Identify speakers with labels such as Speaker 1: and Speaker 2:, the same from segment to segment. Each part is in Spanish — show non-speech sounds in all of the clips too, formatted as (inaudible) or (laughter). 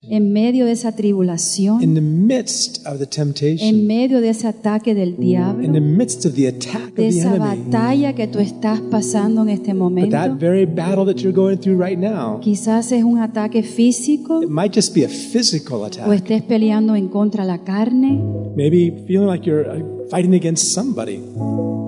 Speaker 1: en medio de esa
Speaker 2: in
Speaker 1: tribulación,
Speaker 2: the midst of the
Speaker 1: en
Speaker 2: temptation,
Speaker 1: medio de ese ataque del
Speaker 2: in
Speaker 1: diablo,
Speaker 2: the midst of the attack of
Speaker 1: de
Speaker 2: the
Speaker 1: esa
Speaker 2: enemy.
Speaker 1: batalla que tú estás pasando en este
Speaker 2: But that
Speaker 1: momento.
Speaker 2: very battle that you're going through right now,
Speaker 1: Quizás es un ataque físico
Speaker 2: it might just be a physical
Speaker 1: o
Speaker 2: attack.
Speaker 1: estés peleando en contra de la carne,
Speaker 2: Maybe feeling like you're uh, fighting against somebody.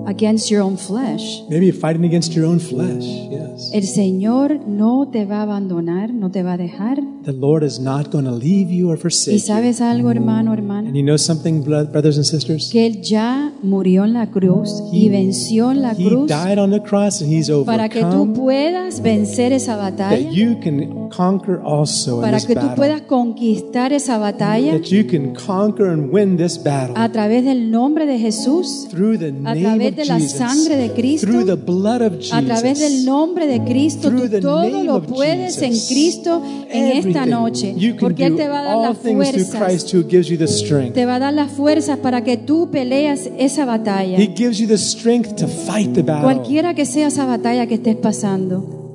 Speaker 1: against your own flesh.
Speaker 2: Maybe you're fighting against your own flesh. Yes.
Speaker 1: El Señor no te va a abandonar, no te va a dejar.
Speaker 2: The Lord is not going to leave you or
Speaker 1: Y
Speaker 2: forsake you.
Speaker 1: sabes algo, hermano, hermana,
Speaker 2: And you know something, bro- brothers and sisters?
Speaker 1: que Él ya murió en la cruz y venció en la
Speaker 2: He
Speaker 1: cruz
Speaker 2: died on the cross and he's
Speaker 1: para que tú
Speaker 2: overcome.
Speaker 1: puedas vencer esa
Speaker 2: That
Speaker 1: batalla,
Speaker 2: you can conquer also in
Speaker 1: para
Speaker 2: this
Speaker 1: que tú
Speaker 2: battle.
Speaker 1: puedas conquistar esa batalla
Speaker 2: That you can conquer and win this battle.
Speaker 1: a través del nombre de Jesús,
Speaker 2: Through the
Speaker 1: a
Speaker 2: name
Speaker 1: través
Speaker 2: of
Speaker 1: de la sangre de
Speaker 2: Jesus. Through the
Speaker 1: Cristo,
Speaker 2: blood of
Speaker 1: a través del
Speaker 2: Jesus.
Speaker 1: nombre de Cristo.
Speaker 2: Through
Speaker 1: Tú
Speaker 2: the
Speaker 1: todo
Speaker 2: name
Speaker 1: lo
Speaker 2: of
Speaker 1: puedes en
Speaker 2: Jesus.
Speaker 1: Cristo en esta
Speaker 2: Everything.
Speaker 1: noche,
Speaker 2: You can
Speaker 1: porque Él
Speaker 2: do
Speaker 1: te va a dar
Speaker 2: all
Speaker 1: las
Speaker 2: things through
Speaker 1: fuerzas.
Speaker 2: Christ who gives you the strength.
Speaker 1: Te va a dar las fuerzas para que tú peleas esa batalla.
Speaker 2: He gives you the strength to fight the battle.
Speaker 1: Cualquiera que sea esa batalla que estés pasando,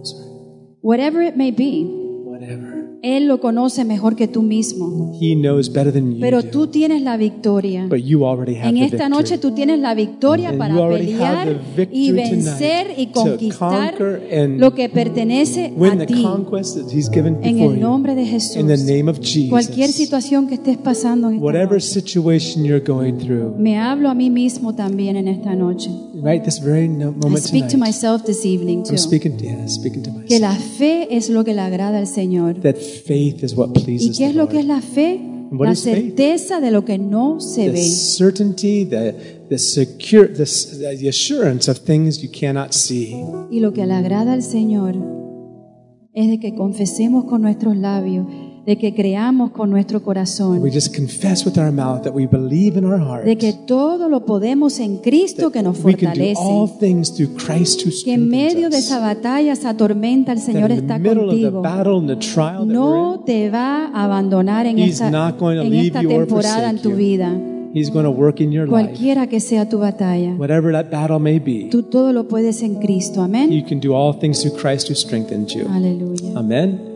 Speaker 1: whatever it may be,
Speaker 2: Whatever.
Speaker 1: Él lo conoce mejor que tú mismo.
Speaker 2: He knows better than you
Speaker 1: Pero
Speaker 2: do.
Speaker 1: tú tienes la victoria.
Speaker 2: But you already have
Speaker 1: En
Speaker 2: the
Speaker 1: esta
Speaker 2: victory.
Speaker 1: noche tú tienes la victoria
Speaker 2: And
Speaker 1: para
Speaker 2: you already
Speaker 1: pelear
Speaker 2: have the victory
Speaker 1: y vencer
Speaker 2: tonight
Speaker 1: y
Speaker 2: to
Speaker 1: conquistar
Speaker 2: conquer and
Speaker 1: lo que pertenece
Speaker 2: Win
Speaker 1: a
Speaker 2: the
Speaker 1: ti.
Speaker 2: conquest that He's given
Speaker 1: En
Speaker 2: before
Speaker 1: el nombre de
Speaker 2: you. In the
Speaker 1: Jesús.
Speaker 2: name of Jesus.
Speaker 1: Cualquier situación que estés pasando en esta
Speaker 2: Whatever
Speaker 1: noche.
Speaker 2: situation you're going through,
Speaker 1: Me hablo a mí mismo también en esta noche.
Speaker 2: right this very no-
Speaker 1: I
Speaker 2: moment
Speaker 1: speak to
Speaker 2: tonight,
Speaker 1: myself this evening too.
Speaker 2: I'm speaking, yeah, speaking to myself.
Speaker 1: Que la fe es lo que le agrada al Señor.
Speaker 2: that faith is what
Speaker 1: ¿Y
Speaker 2: pleases
Speaker 1: qué es
Speaker 2: the
Speaker 1: lo
Speaker 2: Lord.
Speaker 1: que es la fe?
Speaker 2: what
Speaker 1: La
Speaker 2: is faith?
Speaker 1: certeza de lo que no se
Speaker 2: the
Speaker 1: ve.
Speaker 2: certainty, the the secure, the, s- the assurance of things you cannot see.
Speaker 1: Y lo que le agrada al Señor es de que confesemos con nuestros labios, de que creamos con nuestro
Speaker 2: We
Speaker 1: corazón,
Speaker 2: just confess with our mouth that we believe in our heart.
Speaker 1: de que todo lo podemos en Cristo que nos
Speaker 2: we can do all
Speaker 1: fortalece.
Speaker 2: things through Christ who
Speaker 1: Que en medio de
Speaker 2: strengthens
Speaker 1: esa
Speaker 2: us.
Speaker 1: batalla, esa tormenta, el
Speaker 2: That
Speaker 1: Señor
Speaker 2: in the
Speaker 1: está
Speaker 2: middle of
Speaker 1: contigo.
Speaker 2: the battle and the trial that
Speaker 1: No te va a abandonar en
Speaker 2: He's
Speaker 1: esta,
Speaker 2: not going to
Speaker 1: en
Speaker 2: leave
Speaker 1: esta
Speaker 2: you or
Speaker 1: temporada en
Speaker 2: forsake
Speaker 1: tu
Speaker 2: you.
Speaker 1: vida.
Speaker 2: we're in, He's going to work in your life,
Speaker 1: Cualquiera que sea tu batalla,
Speaker 2: whatever that battle may be.
Speaker 1: tú todo lo puedes en Cristo. Amén.
Speaker 2: You can do all things through Christ who strengthens you.
Speaker 1: Aleluya.
Speaker 2: Amen.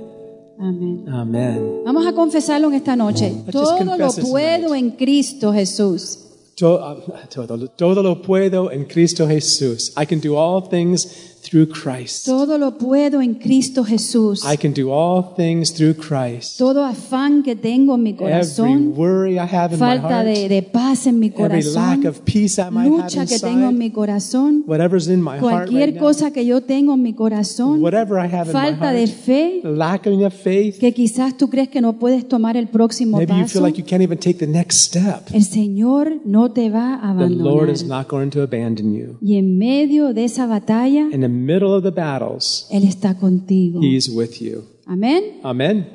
Speaker 1: Amén.
Speaker 2: Amen.
Speaker 1: Vamos a confesarlo en esta noche.
Speaker 2: just
Speaker 1: Todo lo
Speaker 2: confess this
Speaker 1: puedo en Cristo Jesús.
Speaker 2: To- uh, (laughs) Todo, todo lo puedo en Cristo Jesús. I can do all things through Christ.
Speaker 1: Todo lo puedo en Cristo Jesús.
Speaker 2: I can do all things through Christ.
Speaker 1: Todo afán que tengo en mi
Speaker 2: Every
Speaker 1: corazón,
Speaker 2: worry I have in my
Speaker 1: falta de,
Speaker 2: heart,
Speaker 1: de paz en mi
Speaker 2: every lack
Speaker 1: corazón,
Speaker 2: of peace I might have
Speaker 1: lucha que tengo en
Speaker 2: inside,
Speaker 1: mi corazón,
Speaker 2: whatever's in my heart right
Speaker 1: cualquier
Speaker 2: now,
Speaker 1: cosa que yo tengo en mi corazón,
Speaker 2: whatever I have in my
Speaker 1: falta de
Speaker 2: heart,
Speaker 1: fe
Speaker 2: lacking of faith,
Speaker 1: que quizás tú crees que no puedes tomar el próximo
Speaker 2: maybe you feel
Speaker 1: paso.
Speaker 2: like you can't even take the next step.
Speaker 1: El Señor no te va a
Speaker 2: The
Speaker 1: abandonar.
Speaker 2: Lord is not going to abandon you.
Speaker 1: Y en medio de esa batalla,
Speaker 2: In the middle of the battles,
Speaker 1: Él está contigo.
Speaker 2: He's with you.
Speaker 1: Amén.
Speaker 2: Amen.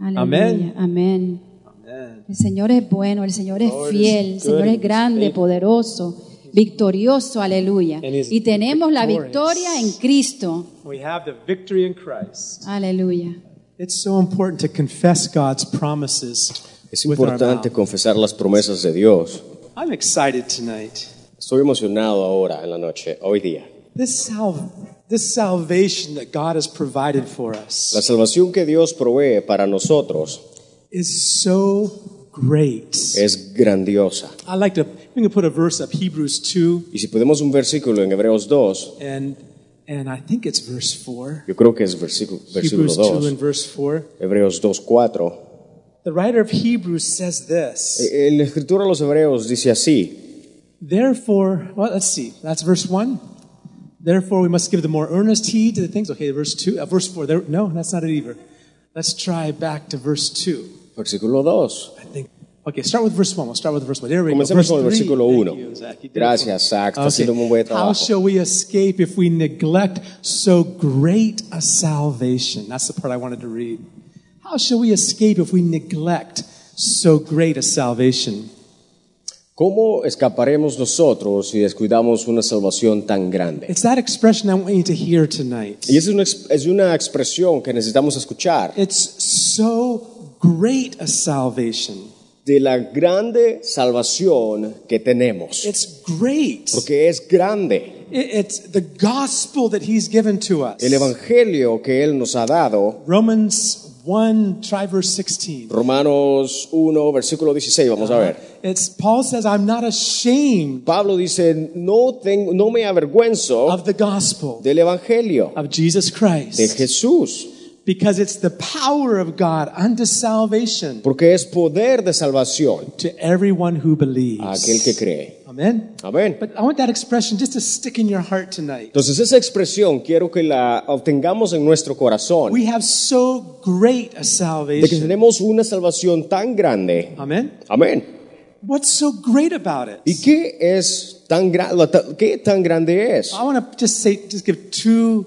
Speaker 1: Aleluya.
Speaker 2: Amén.
Speaker 1: Amén. El Señor es bueno, el Señor es fiel, el
Speaker 2: is
Speaker 1: Señor
Speaker 2: good,
Speaker 1: es grande, poderoso, victorioso, aleluya.
Speaker 2: And he's
Speaker 1: Y tenemos la
Speaker 2: victorious.
Speaker 1: victoria en Cristo,
Speaker 2: We have the victory in Christ.
Speaker 1: aleluya.
Speaker 2: It's so important to confess God's promises
Speaker 3: Es
Speaker 2: with our
Speaker 3: importante
Speaker 2: mouth.
Speaker 3: confesar las promesas de Dios.
Speaker 2: I'm excited tonight.
Speaker 3: Estoy emocionado ahora en la noche, hoy día.
Speaker 2: This, sal- this salvation that God has provided for
Speaker 3: La
Speaker 2: us
Speaker 3: salvación que Dios provee para nosotros
Speaker 2: is so great.
Speaker 3: es grandiosa.
Speaker 2: I like to, we can put a verse up, Hebrews 2,
Speaker 3: Y si podemos un versículo en Hebreos 2,
Speaker 2: and, and I think it's verse 4.
Speaker 3: yo creo que es versículo, versículo
Speaker 2: Hebrews 2
Speaker 3: 2,
Speaker 2: and verse 4.
Speaker 3: Hebreos 2, 4.
Speaker 2: The writer of Hebrews says this.
Speaker 3: E, En la escritura de los Hebreos dice así,
Speaker 2: Therefore, well, let's see. That's verse one. Therefore, we must give the more earnest heed to the things. Okay, verse two, uh, verse four. There, no, that's not it either. Let's try back to verse two.
Speaker 3: versículo 2.
Speaker 2: I think. Okay, start with verse one. We'll start with verse one. There we go.
Speaker 3: Comencemos
Speaker 2: Verse
Speaker 3: con
Speaker 2: three.
Speaker 3: el versículo
Speaker 2: Thank
Speaker 3: uno.
Speaker 2: you, Zach. You did it for me.
Speaker 3: Gracias, Zach, está haciendo un buen
Speaker 2: Ah, How
Speaker 3: trabajo.
Speaker 2: shall we escape if we neglect so great a salvation? That's the part I wanted to read. How shall we escape if we neglect so great a salvation?
Speaker 3: ¿Cómo escaparemos nosotros si descuidamos una salvación tan grande?
Speaker 2: It's that expression I want you to hear tonight.
Speaker 3: Y es una, ex- es una expresión que necesitamos escuchar.
Speaker 2: It's so great a salvation.
Speaker 3: de la grande salvación que tenemos.
Speaker 2: It's great.
Speaker 3: Porque es grande.
Speaker 2: It- It's the gospel that he's given to us.
Speaker 3: El Evangelio que Él nos ha dado,
Speaker 2: Romans 1, try verse 16.
Speaker 3: Romanos 1, versículo 16, vamos a ver.
Speaker 2: It's Paul says, I'm not ashamed
Speaker 3: Pablo dice, no, tengo, no me avergüenzo
Speaker 2: of the gospel
Speaker 3: del Evangelio
Speaker 2: of Jesus
Speaker 3: de
Speaker 2: Christ
Speaker 3: Jesús,
Speaker 2: because it's the power of God unto salvation
Speaker 3: porque es poder de salvación
Speaker 2: to everyone who
Speaker 3: a aquel que
Speaker 2: believes.
Speaker 3: cree.
Speaker 2: Amen.
Speaker 3: Amén.
Speaker 2: But I want that expression just to stick in your heart tonight.
Speaker 3: Entonces esa expresión quiero que la obtengamos en nuestro corazón,
Speaker 2: We have so great a
Speaker 3: de que
Speaker 2: salvation.
Speaker 3: tenemos una salvación tan grande.
Speaker 2: Amen.
Speaker 3: Amén.
Speaker 2: What's so great about it?
Speaker 3: ¿Y qué es tan grande? ¿Qué tan grande es?
Speaker 2: I want to just say, just give two,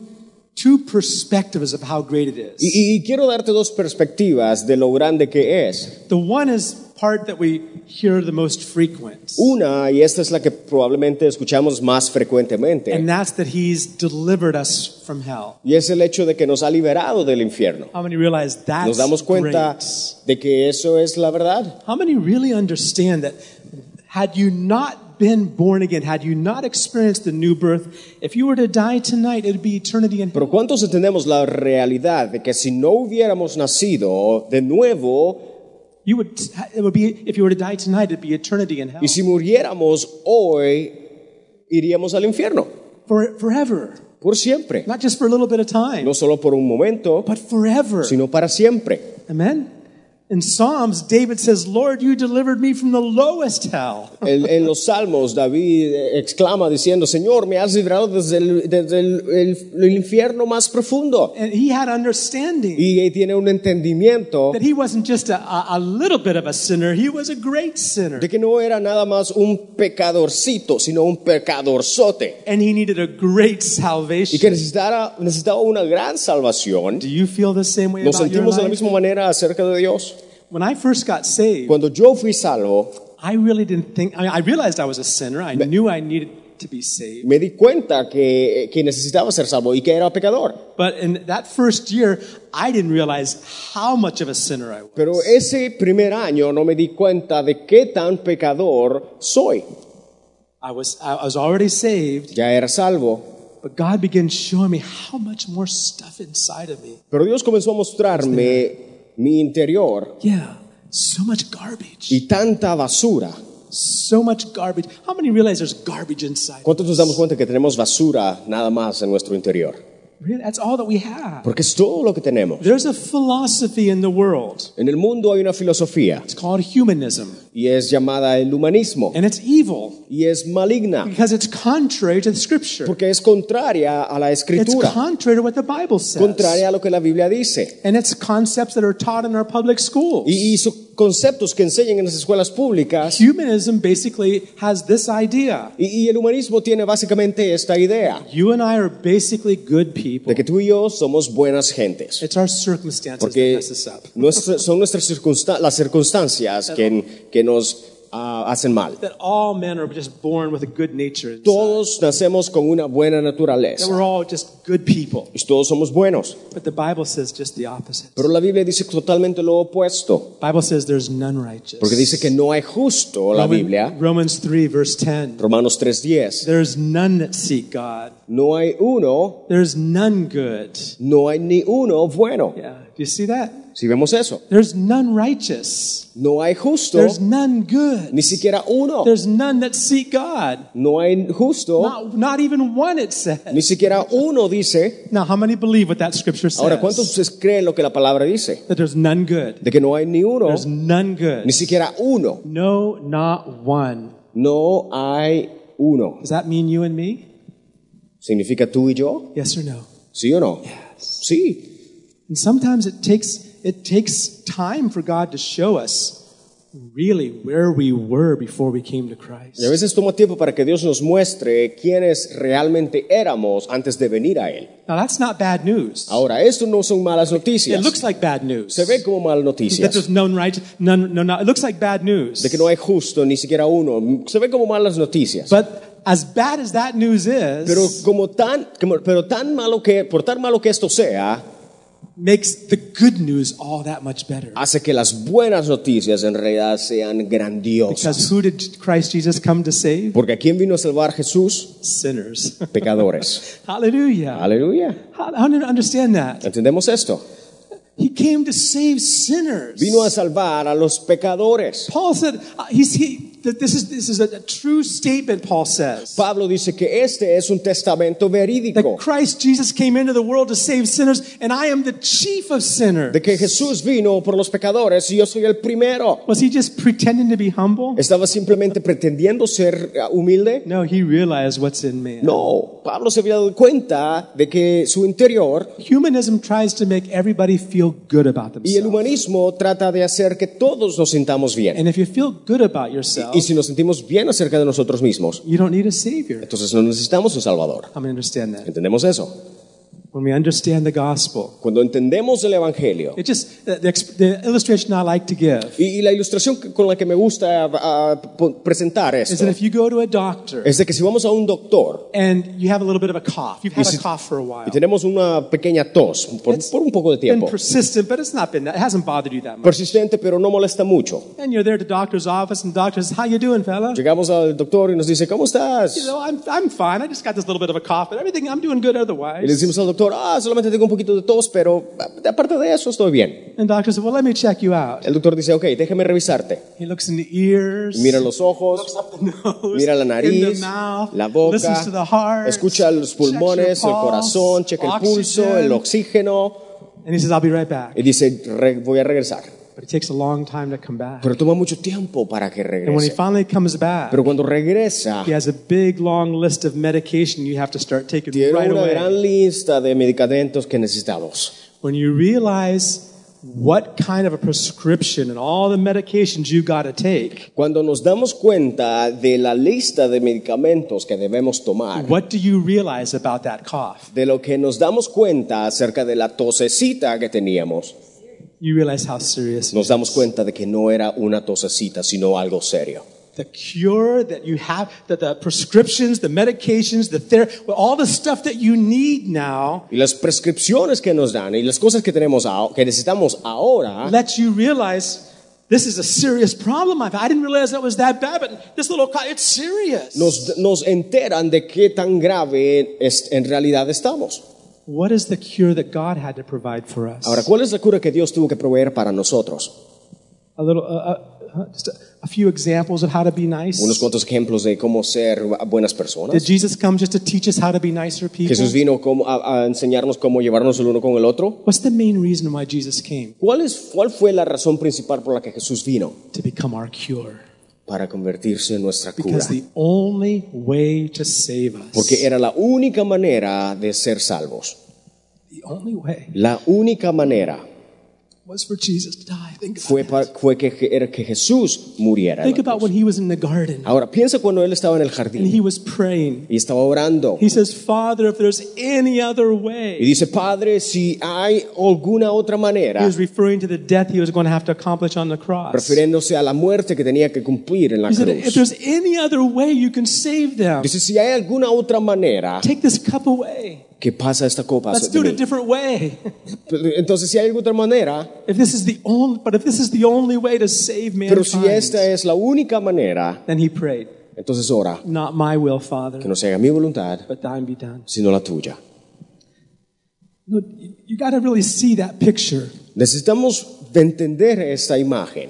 Speaker 2: two perspectives of how great it is.
Speaker 3: Y, y- y quiero darte dos perspectivas de lo grande que es.
Speaker 2: The one is part that we hear the most frequent,
Speaker 3: Una, y esta es la que probablemente escuchamos más frecuentemente,
Speaker 2: and that's that He's delivered us from hell.
Speaker 3: y es el hecho de que nos ha liberado del infierno.
Speaker 2: How many realize that's
Speaker 3: Nos damos cuenta
Speaker 2: great?
Speaker 3: de que eso es la verdad.
Speaker 2: How many really understand that had you not been born again, had you not experienced the new birth, if you were to die tonight, it'd be eternity in hell.
Speaker 3: Pero ¿cuántos entendemos la realidad de que si no hubiéramos nacido de nuevo
Speaker 2: You would, it would be, if you were to die tonight, it'd be eternity in hell.
Speaker 3: y si muriéramos hoy, iríamos al infierno?
Speaker 2: For, forever.
Speaker 3: Por siempre.
Speaker 2: Not just for a little bit of time,
Speaker 3: No solo por un momento,
Speaker 2: but forever.
Speaker 3: sino para siempre.
Speaker 2: Amen. In Psalms, David says, Lord, you delivered me from the lowest hell.
Speaker 3: En, en los salmos, David eh, exclama diciendo, Señor, me has librado desde el, desde el- el- el infierno más profundo.
Speaker 2: And he had understanding
Speaker 3: Y eh, tiene un entendimiento
Speaker 2: that he wasn't just a, a, a little bit of a sinner, he was a great sinner.
Speaker 3: de que no era nada más un pecadorcito, sino un pecadorzote.
Speaker 2: And he needed a great
Speaker 3: Y que
Speaker 2: salvation.
Speaker 3: necesitara, necesitaba una gran salvación.
Speaker 2: Do you feel the same way
Speaker 3: Nos
Speaker 2: about your
Speaker 3: sentimos de la
Speaker 2: life?
Speaker 3: misma manera acerca de Dios.
Speaker 2: When I first got saved,
Speaker 3: Cuando yo fui salvo,
Speaker 2: I really didn't think, I, mean, I realized I was a sinner. I knew I needed to be saved.
Speaker 3: me di cuenta que, que necesitaba ser salvo y que era pecador.
Speaker 2: But in that first year, I didn't realize how much of a sinner I was.
Speaker 3: Pero ese primer año no me di cuenta de qué tan pecador soy.
Speaker 2: I was, I was already saved.
Speaker 3: Ya era salvo,
Speaker 2: But God began showing me how much more stuff inside of me.
Speaker 3: pero Dios comenzó a mostrarme mi interior
Speaker 2: Yeah, so much garbage.
Speaker 3: y tanta basura.
Speaker 2: So much garbage. How many realize there's garbage inside?
Speaker 3: ¿Cuántos nos damos cuenta que tenemos basura nada más en nuestro interior?
Speaker 2: Really, that's all that we have.
Speaker 3: Porque es todo lo que tenemos.
Speaker 2: There's a philosophy in the world.
Speaker 3: En el mundo hay una filosofía
Speaker 2: It's called humanism,
Speaker 3: y es llamada el humanismo
Speaker 2: and it's evil
Speaker 3: y es maligna
Speaker 2: because it's contrary to the scripture.
Speaker 3: porque es contraria a la
Speaker 2: It's
Speaker 3: escritura,
Speaker 2: contrary to what the Bible says.
Speaker 3: contraria a lo que la Biblia dice.
Speaker 2: And it's concepts that are taught in our public schools.
Speaker 3: Y, y son conceptos que enseñan en las escuelas públicas
Speaker 2: Humanism basically has this idea.
Speaker 3: Y, y el humanismo tiene básicamente esta idea
Speaker 2: You and I are basically good people.
Speaker 3: de que tú y yo somos buenas gentes.
Speaker 2: It's our circumstances that
Speaker 3: Porque
Speaker 2: mess us up.
Speaker 3: nuestra- son nuestras circunsta- las circunstancias que, que nos ah, hacen mal.
Speaker 2: that all men are just born with a good nature inside.
Speaker 3: Todos nacemos con una buena
Speaker 2: that
Speaker 3: naturaleza.
Speaker 2: we're all just good people.
Speaker 3: Y todos somos buenos.
Speaker 2: But the Bible says just the opposite.
Speaker 3: Pero la Biblia dice totalmente lo opuesto.
Speaker 2: The Bible says there's none righteous.
Speaker 3: Porque dice que no hay justo la
Speaker 2: Roman-
Speaker 3: Biblia.
Speaker 2: Romans 3 verse 10.
Speaker 3: Romanos 3.10.
Speaker 2: There's none that seek God.
Speaker 3: No hay uno,
Speaker 2: There's none good.
Speaker 3: no hay ni uno bueno.
Speaker 2: Yeah. Do you see that?
Speaker 3: Si vemos eso,
Speaker 2: There's none righteous.
Speaker 3: no hay justo,
Speaker 2: There's none good.
Speaker 3: ni siquiera uno.
Speaker 2: There's none that seek God.
Speaker 3: No hay justo,
Speaker 2: Not, not even one, it says.
Speaker 3: ni siquiera uno dice
Speaker 2: Now, how many believe what that scripture says?
Speaker 3: Ahora, ¿cuántos de ustedes creen lo que la palabra dice?
Speaker 2: That there's none good.
Speaker 3: De que no hay ni uno,
Speaker 2: There's none good.
Speaker 3: ni siquiera uno.
Speaker 2: No, not one.
Speaker 3: No hay uno.
Speaker 2: Does that mean you and me?
Speaker 3: ¿Significa tú y yo?
Speaker 2: Yes or no?
Speaker 3: ¿Sí o no?
Speaker 2: Yes.
Speaker 3: Sí.
Speaker 2: And sometimes it takes it takes time for God to show us really where we were before we came to Christ.
Speaker 3: Y a veces toma tiempo para que Dios nos muestre quiénes realmente éramos antes de venir a Él.
Speaker 2: Now that's not bad news.
Speaker 3: Ahora, esto no son malas
Speaker 2: It
Speaker 3: noticias.
Speaker 2: looks like bad news.
Speaker 3: Se ve como malas
Speaker 2: That
Speaker 3: noticias.
Speaker 2: there's none right, none, no, no. It looks like bad news.
Speaker 3: De que no hay justo, ni siquiera uno. Se ve como malas noticias.
Speaker 2: But as bad as that news is,
Speaker 3: Pero como tan, como- pero tan malo que, por tan malo que esto sea,
Speaker 2: makes the good news all that much better.
Speaker 3: hace que las buenas noticias en realidad sean grandiosas.
Speaker 2: Because who did Christ Jesus come to save?
Speaker 3: Porque ¿a quién vino a salvar Jesús?
Speaker 2: Sinners.
Speaker 3: Pecadores.
Speaker 2: (laughs) Hallelujah.
Speaker 3: Aleluya.
Speaker 2: How, how do you understand that?
Speaker 3: ¿Entendemos esto?
Speaker 2: He came to save sinners.
Speaker 3: Vino a salvar a los pecadores.
Speaker 2: Paul said, uh, he's, he, that this is, this is a, a true statement, Paul says.
Speaker 3: Pablo dice que este es un testamento
Speaker 2: That
Speaker 3: verídico,
Speaker 2: Christ Jesus came into the world to save sinners, and I am the chief of sinners.
Speaker 3: de que Jesús vino por los pecadores y yo soy el primero.
Speaker 2: Was he just pretending to be humble?
Speaker 3: ¿Estaba simplemente pretendiendo ser ah, humilde?
Speaker 2: No, he realized what's in man.
Speaker 3: No, Pablo se había dado cuenta de que su interior
Speaker 2: Humanism tries to make everybody feel good about
Speaker 3: y el
Speaker 2: themselves.
Speaker 3: humanismo trata de hacer que todos nos sintamos bien.
Speaker 2: And if you feel good about yourself,
Speaker 3: Y si nos sentimos bien acerca de nosotros mismos,
Speaker 2: you don't need a savior.
Speaker 3: entonces no necesitamos un Salvador.
Speaker 2: How many understand that?
Speaker 3: ¿Entendemos eso?
Speaker 2: When we understand the gospel,
Speaker 3: Cuando entendemos el Evangelio,
Speaker 2: it just the, the, exp- the illustration I like to give
Speaker 3: y, y la ilustración que- con la que me gusta ah, po- presentar
Speaker 2: is
Speaker 3: esto,
Speaker 2: that if you go to a doctor
Speaker 3: es de que si vamos a un doctor
Speaker 2: and you have a little bit of a cough, you've had
Speaker 3: Y si-
Speaker 2: a cough for a while,
Speaker 3: y tenemos una pequeña tos por,
Speaker 2: It's
Speaker 3: por un poco de
Speaker 2: been
Speaker 3: tiempo,
Speaker 2: persistent, but it's not been that, it hasn't bothered you that much.
Speaker 3: persistente pero no molesta mucho,
Speaker 2: And you're there at the doctor's office, and the doctor says, "How you doing, fella?"
Speaker 3: llegamos al doctor y nos dice, ¿cómo estás?
Speaker 2: You know, I'm I'm fine. I just got this little bit of a cough, but everything I'm doing good
Speaker 3: Y le
Speaker 2: otherwise.
Speaker 3: decimos al doctor, ah, solamente tengo un poquito de tos, pero ah, aparte de eso estoy bien.
Speaker 2: And the doctor says, "Well, let me check you out."
Speaker 3: El doctor dice, ok, déjame revisarte.
Speaker 2: He looks in the ears. (laughs)
Speaker 3: Mira los ojos,
Speaker 2: up the nose,
Speaker 3: mira la
Speaker 2: in
Speaker 3: nariz,
Speaker 2: the mouth,
Speaker 3: la boca,
Speaker 2: listens to the heart,
Speaker 3: escucha los
Speaker 2: checks your
Speaker 3: pulmones, el
Speaker 2: pulse,
Speaker 3: corazón, checa el pulso,
Speaker 2: oxygen.
Speaker 3: el oxígeno.
Speaker 2: And he says, I'll be right back.
Speaker 3: Y dice, "Re- voy a regresar.
Speaker 2: But it takes a long time to come back.
Speaker 3: Pero toma mucho tiempo para que
Speaker 2: And when he
Speaker 3: regrese.
Speaker 2: finally comes back,
Speaker 3: Pero cuando regresa,
Speaker 2: he has a big long list of medication you have to start taking
Speaker 3: tiene
Speaker 2: right
Speaker 3: una
Speaker 2: away.
Speaker 3: gran lista de medicamentos que necesitamos.
Speaker 2: When you realize what kind of a prescription and all the medications you got to take,
Speaker 3: Cuando nos damos cuenta de la lista de medicamentos que debemos tomar,
Speaker 2: what do you realize about that cough?
Speaker 3: de lo que nos damos cuenta acerca de la tosecita que teníamos,
Speaker 2: You realize how serious it
Speaker 3: nos damos
Speaker 2: is.
Speaker 3: cuenta de que no era una tosecita, sino algo serio.
Speaker 2: the cure that you have, that the prescriptions, the medications, the therapy, all the stuff that you need now
Speaker 3: Y las prescripciones que nos dan y las cosas que tenemos aho- que necesitamos ahora
Speaker 2: lets you realize this is a serious problem. I've, I didn't realize that was that bad, but this little co- it's serious.
Speaker 3: nos, nos enteran de qué tan grave es- en realidad estamos.
Speaker 2: What is the cure that God had to provide for us?
Speaker 3: Ahora, ¿cuál es la cura que Dios tuvo que proveer para nosotros?
Speaker 2: a little, uh, uh, uh, just a, a few examples of how to be nice.
Speaker 3: Unos cuantos ejemplos de cómo ser buenas
Speaker 2: Did
Speaker 3: personas.
Speaker 2: Jesus come just to teach us how to be nicer people?
Speaker 3: Jesús vino como- a, a enseñarnos cómo llevarnos el uno con el otro.
Speaker 2: What's the main reason why Jesus came?
Speaker 3: ¿Cuál, es, ¿Cuál fue la razón principal por la que Jesús vino?
Speaker 2: To become our cure.
Speaker 3: Para convertirse en nuestra cura.
Speaker 2: Because the only way to save us.
Speaker 3: Porque era la única manera de ser salvos.
Speaker 2: The only way
Speaker 3: La única manera
Speaker 2: was for Jesus to die. Think about,
Speaker 3: fue, pa- fue que, Je- era que Jesús muriera. en
Speaker 2: Think
Speaker 3: la
Speaker 2: about
Speaker 3: cruz.
Speaker 2: when he was in the garden
Speaker 3: Ahora piensa cuando él estaba en el
Speaker 2: and
Speaker 3: jardín
Speaker 2: he was praying.
Speaker 3: y estaba orando
Speaker 2: He says, Father, if there's any other
Speaker 3: y "Ah."
Speaker 2: way.
Speaker 3: dice, Padre, si hay alguna otra
Speaker 2: He
Speaker 3: manera,
Speaker 2: was referring to the death he was going to have to accomplish on the cross. He
Speaker 3: refiriéndose a la muerte que tenía que cumplir en la
Speaker 2: said, if
Speaker 3: cruz.
Speaker 2: there's any other way you can save them,
Speaker 3: Dice, si hay alguna otra manera
Speaker 2: take this cup away.
Speaker 3: que pasa esta copa,
Speaker 2: Let's
Speaker 3: de
Speaker 2: do it a
Speaker 3: mí.
Speaker 2: different way.
Speaker 3: entonces si hay alguna otra manera,
Speaker 2: If this is the only, but if this is the only way to save
Speaker 3: pero si esta
Speaker 2: mankind,
Speaker 3: es la única manera,
Speaker 2: then he prayed,
Speaker 3: entonces ora,
Speaker 2: not my will,
Speaker 3: que
Speaker 2: Father,
Speaker 3: no se haga mi voluntad,
Speaker 2: but thine be done.
Speaker 3: sino la tuya.
Speaker 2: You, know, you- you got to really see that picture.
Speaker 3: Necesitamos de entender esta imagen.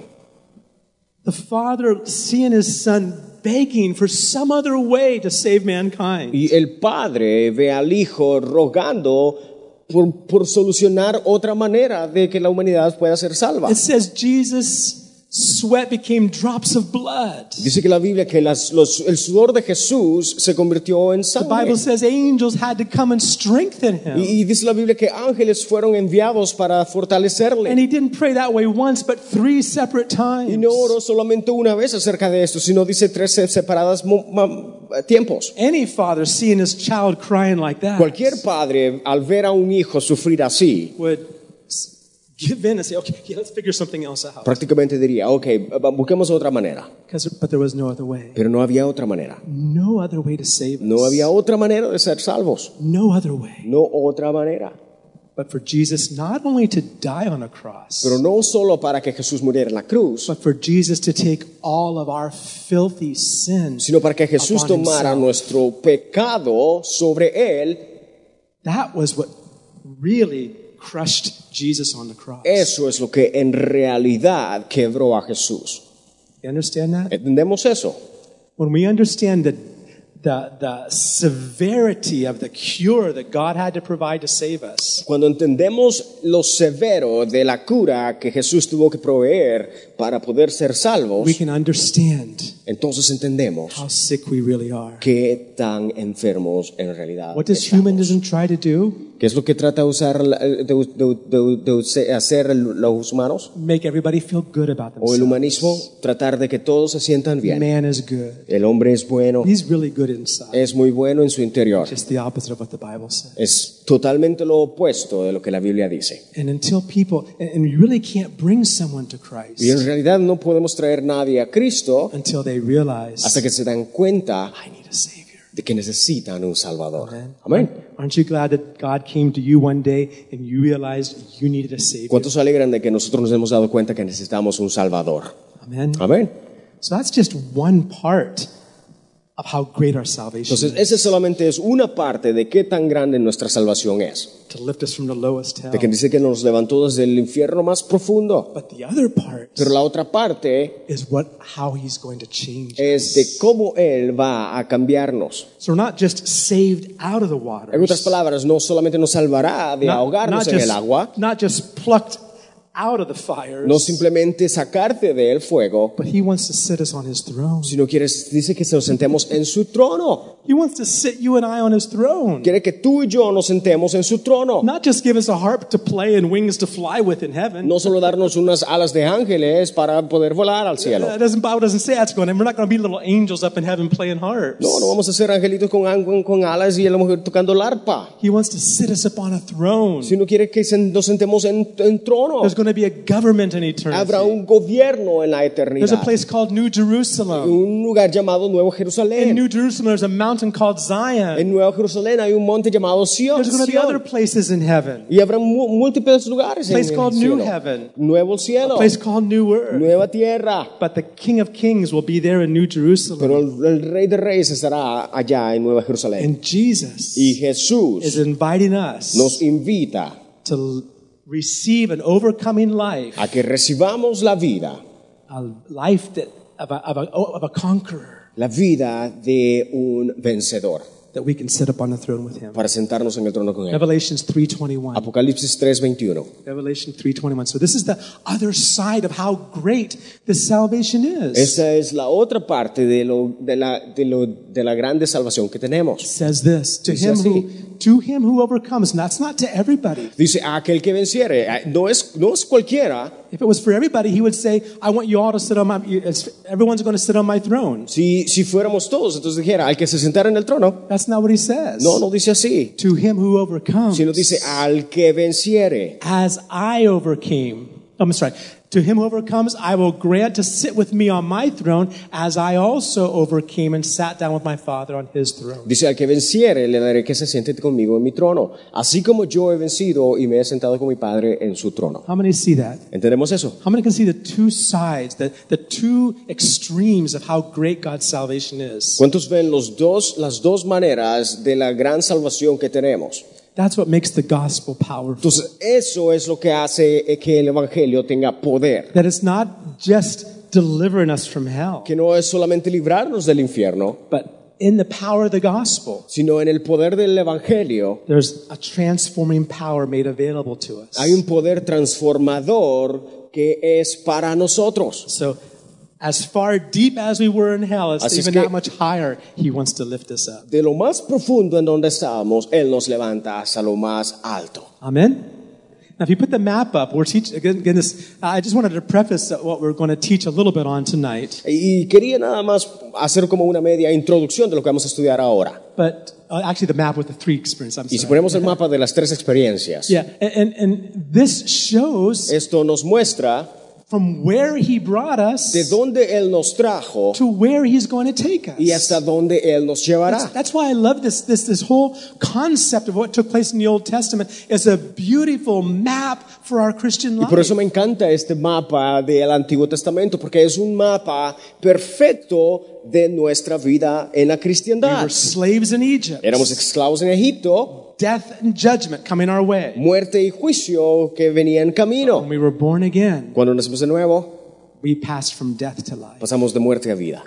Speaker 2: The father seeing his son begging for some other way to save mankind.
Speaker 3: Y el padre ve al hijo rogando por, por solucionar otra manera de que la humanidad pueda ser salva.
Speaker 2: It says Jesus' sweat became drops of blood.
Speaker 3: Dice que la Biblia que las- los- el sudor de Jesús se convirtió en
Speaker 2: The Bible
Speaker 3: sangre.
Speaker 2: says angels had to come and strengthen him.
Speaker 3: Y, y dice la Biblia que ángeles fueron enviados para
Speaker 2: And
Speaker 3: fortalecerle.
Speaker 2: he didn't pray that way once, but three separate
Speaker 3: Y
Speaker 2: times.
Speaker 3: no oró solamente una vez acerca de esto, sino dice tres se- separadas mo- ma- tiempos.
Speaker 2: Any father seeing his child crying like
Speaker 3: Cualquier
Speaker 2: that
Speaker 3: padre al ver a un hijo sufrir así,
Speaker 2: would s- give in and say, okay, yeah, let's figure something else out.
Speaker 3: prácticamente diría, ok, busquemos otra manera.
Speaker 2: 'Cause- But there was no other way.
Speaker 3: Pero no había otra manera.
Speaker 2: No other way to save
Speaker 3: No había
Speaker 2: us.
Speaker 3: otra manera de ser salvos.
Speaker 2: No other way.
Speaker 3: No otra manera.
Speaker 2: But for Jesus not only to die on a cross,
Speaker 3: Pero no solo para que Jesús muriera en la cruz,
Speaker 2: but for Jesus to take all of our filthy sins.
Speaker 3: sino para que Jesús
Speaker 2: upon
Speaker 3: tomara
Speaker 2: himself.
Speaker 3: nuestro pecado sobre él.
Speaker 2: That was what really crushed Jesus on the cross.
Speaker 3: Eso es lo que en realidad quebró a Jesús.
Speaker 2: You understand that?
Speaker 3: ¿Entendemos eso?
Speaker 2: When we understand the, the, the severity of the cure that God had to provide to save us,
Speaker 3: Cuando entendemos lo severo de la cura que Jesús tuvo que proveer para poder ser salvos,
Speaker 2: we can understand
Speaker 3: entonces entendemos
Speaker 2: how sick we really are.
Speaker 3: qué tan enfermos en realidad
Speaker 2: What does
Speaker 3: estamos.
Speaker 2: humanism try to do?
Speaker 3: ¿Qué es lo que trata de usar la- eh, de, de- de- de use- hacer el- los humanos?
Speaker 2: Make everybody feel good about themselves.
Speaker 3: ¿O el humanismo? Tratar de que todos se sientan bien.
Speaker 2: Man is good.
Speaker 3: El hombre es bueno,
Speaker 2: He's really good inside.
Speaker 3: es muy bueno en su interior.
Speaker 2: Just the opposite of what the Bible says.
Speaker 3: Es totalmente lo opuesto de lo que la Biblia dice.
Speaker 2: And until people, and- and you really can't bring someone to
Speaker 3: Y en
Speaker 2: Christ
Speaker 3: realidad no podemos traer nadie a Cristo
Speaker 2: until they realize,
Speaker 3: hasta que se dan cuenta
Speaker 2: I need a Savior.
Speaker 3: de que necesitan un Salvador.
Speaker 2: Amen.
Speaker 3: Amén.
Speaker 2: Aren't you glad that God came to you one day and you realized you needed a Savior?
Speaker 3: ¿Cuántos se alegran de que nosotros nos hemos dado cuenta que necesitamos un Salvador?
Speaker 2: Amen.
Speaker 3: Amén.
Speaker 2: So that's just one part of how great our salvation
Speaker 3: Entonces,
Speaker 2: is
Speaker 3: esa solamente es una parte de qué tan grande nuestra salvación es.
Speaker 2: to lift us from the lowest hell.
Speaker 3: De que dice que nos levantó desde el infierno más profundo.
Speaker 2: But the other part
Speaker 3: Pero la otra parte
Speaker 2: is what how He's going to change
Speaker 3: es de
Speaker 2: us.
Speaker 3: cómo Él va a cambiarnos.
Speaker 2: So we're not just saved out of the water.
Speaker 3: En otras palabras, no solamente nos salvará de ahogarnos en el agua,
Speaker 2: not just plucked out of the fires,
Speaker 3: no simplemente sacarte del fuego,
Speaker 2: but He wants to sit us on His throne.
Speaker 3: sino que dice que nos sentemos en su trono.
Speaker 2: He wants to sit you and I on His throne.
Speaker 3: Quiere que tú y yo nos sentemos en su trono.
Speaker 2: Not just give us a harp to play and wings to fly with in heaven.
Speaker 3: No solo darnos unas alas de ángeles para poder volar al cielo.
Speaker 2: That Uh, doesn't Bible doesn't say that's going. to We're not going to be little angels up in heaven playing harps.
Speaker 3: No, no vamos a ser angelitos con, ang- con alas y a lo mejor tocando la arpa.
Speaker 2: He wants to sit us upon a throne.
Speaker 3: Sino quiere que sen- nos sentemos en, en trono.
Speaker 2: There's going to be a government in eternity.
Speaker 3: Habrá un gobierno en la
Speaker 2: There's a
Speaker 3: eternidad.
Speaker 2: place called New Jerusalem.
Speaker 3: Un lugar llamado Nuevo
Speaker 2: In
Speaker 3: Jerusalén.
Speaker 2: New Jerusalem, there's a mountain called Zion.
Speaker 3: En Nueva Jerusalén hay un monte llamado Sion.
Speaker 2: There's going to be
Speaker 3: Sion.
Speaker 2: other places in heaven.
Speaker 3: Y habrá mu- múltiples lugares en el
Speaker 2: Place called
Speaker 3: cielo.
Speaker 2: New Heaven.
Speaker 3: Nuevo
Speaker 2: A
Speaker 3: cielo,
Speaker 2: place called New Earth.
Speaker 3: nueva tierra.
Speaker 2: But the King of Kings will be there in New Jerusalem.
Speaker 3: Pero el, el Rey de Reyes estará allá en Nueva Jerusalén.
Speaker 2: And Jesus
Speaker 3: Y
Speaker 2: is
Speaker 3: Jesús
Speaker 2: inviting us
Speaker 3: nos invita
Speaker 2: to l- receive an overcoming life,
Speaker 3: a que recibamos la vida,
Speaker 2: a life that, of, a, of, a, of a conqueror,
Speaker 3: la vida de un vencedor,
Speaker 2: that we can sit upon the throne with him.
Speaker 3: para sentarnos en el trono con él.
Speaker 2: Revelations 3.21.
Speaker 3: Apocalipsis 3:21.
Speaker 2: Revelation 3.21. So this is the other side of how great this salvation is.
Speaker 3: Esa es la otra parte de, lo, de, la, de, lo, de la grande salvación que
Speaker 2: It
Speaker 3: tenemos.
Speaker 2: says this, to
Speaker 3: Dice
Speaker 2: him who, to him who overcomes. And that's not to everybody.
Speaker 3: Dice, a aquel que venciere, Ah, no es, no es cualquiera.
Speaker 2: If it was for everybody, he would say, I want you all to sit on my, it's- everyone's going to sit on my throne.
Speaker 3: Si, si fuéramos todos, entonces dijera, al que se sentara en el trono.
Speaker 2: That's not what he says.
Speaker 3: No, no dice así,
Speaker 2: To him who overcomes.
Speaker 3: sino dice, al que venciere.
Speaker 2: as I overcame. I'm sorry. To him who overcomes, I will grant to sit with me on my throne, as I also overcame and sat down with my Father on his throne.
Speaker 3: Dice, al que venciere, le daré que se siente conmigo en mi trono, así como yo he vencido y me he sentado con mi Padre en su trono.
Speaker 2: How many see that?
Speaker 3: ¿Entendemos eso?
Speaker 2: How many can see the two sides, the, the two extremes of how great God's salvation is?
Speaker 3: ¿Cuántos ven los dos, las dos maneras de la gran salvación que tenemos?
Speaker 2: That's what makes the gospel powerful.
Speaker 3: Entonces, eso es lo que hace eh, que el Evangelio tenga poder.
Speaker 2: That it's not just delivering us from hell,
Speaker 3: Que no es solamente librarnos del infierno,
Speaker 2: but in the power of the gospel,
Speaker 3: sino en el poder del Evangelio
Speaker 2: there's a transforming power made available to us.
Speaker 3: hay un poder transformador que es para nosotros.
Speaker 2: So, as far deep as we were in hell, it's
Speaker 3: Así es
Speaker 2: even
Speaker 3: que-
Speaker 2: that much higher. He wants to lift us up.
Speaker 3: De lo más profundo en donde estábamos, Él nos levanta hasta lo más alto.
Speaker 2: Amen. Now, if you put the map up, we're teaching again. again this, I just wanted to preface what we're going to teach a little bit on tonight.
Speaker 3: Y quería nada más hacer como una media introducción de lo que vamos a estudiar ahora.
Speaker 2: But uh, actually, the map with the three experience. I'm
Speaker 3: Y si
Speaker 2: sorry.
Speaker 3: ponemos el mapa de las tres experiencias,
Speaker 2: Yeah, and, and and this shows
Speaker 3: esto nos muestra
Speaker 2: from where he brought us
Speaker 3: de dónde Él nos trajo
Speaker 2: to where he's going to take us.
Speaker 3: y hasta dónde Él nos
Speaker 2: That's,
Speaker 3: llevará.
Speaker 2: that's why I love this, this, this whole concept of what took place in the Old Testament is a beautiful map for our Christian
Speaker 3: Y
Speaker 2: life.
Speaker 3: por eso me encanta este mapa del Antiguo Testamento, porque es un mapa perfecto de nuestra vida en la
Speaker 2: We
Speaker 3: cristiandad.
Speaker 2: were slaves in Egypt.
Speaker 3: Éramos esclavos en Egipto,
Speaker 2: death and judgment coming our way.
Speaker 3: muerte y juicio que venía en
Speaker 2: When
Speaker 3: camino.
Speaker 2: we were born again,
Speaker 3: Cuando nacimos de nuevo,
Speaker 2: we passed from death to life.
Speaker 3: pasamos de muerte a vida.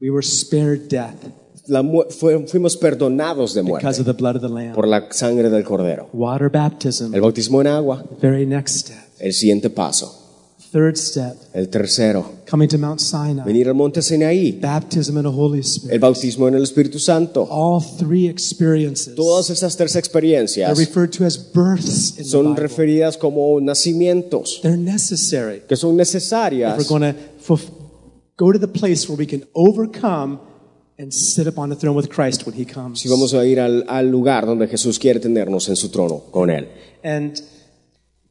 Speaker 2: We were spared death
Speaker 3: La mu- fu- fuimos perdonados de muerte
Speaker 2: because of the blood of the Lamb.
Speaker 3: por la sangre del cordero.
Speaker 2: Water baptism,
Speaker 3: El bautismo en agua,
Speaker 2: the very next step.
Speaker 3: el siguiente paso.
Speaker 2: Third step,
Speaker 3: El tercero,
Speaker 2: coming to Mount Sinai,
Speaker 3: venir al monte Sinaí,
Speaker 2: baptism in the Holy
Speaker 3: el
Speaker 2: Spirit.
Speaker 3: bautismo en el Espíritu Santo.
Speaker 2: All three experiences
Speaker 3: Todas esas tres
Speaker 2: are
Speaker 3: experiencias
Speaker 2: referred to as births in the
Speaker 3: son
Speaker 2: Bible.
Speaker 3: referidas como nacimientos,
Speaker 2: They're necessary.
Speaker 3: que son
Speaker 2: If
Speaker 3: necesarias
Speaker 2: we're going to fulf- go to the place where we can overcome and sit upon the throne with Christ when He comes.
Speaker 3: si vamos a ir al, al lugar donde Jesús quiere tenernos en su trono con Él.
Speaker 2: And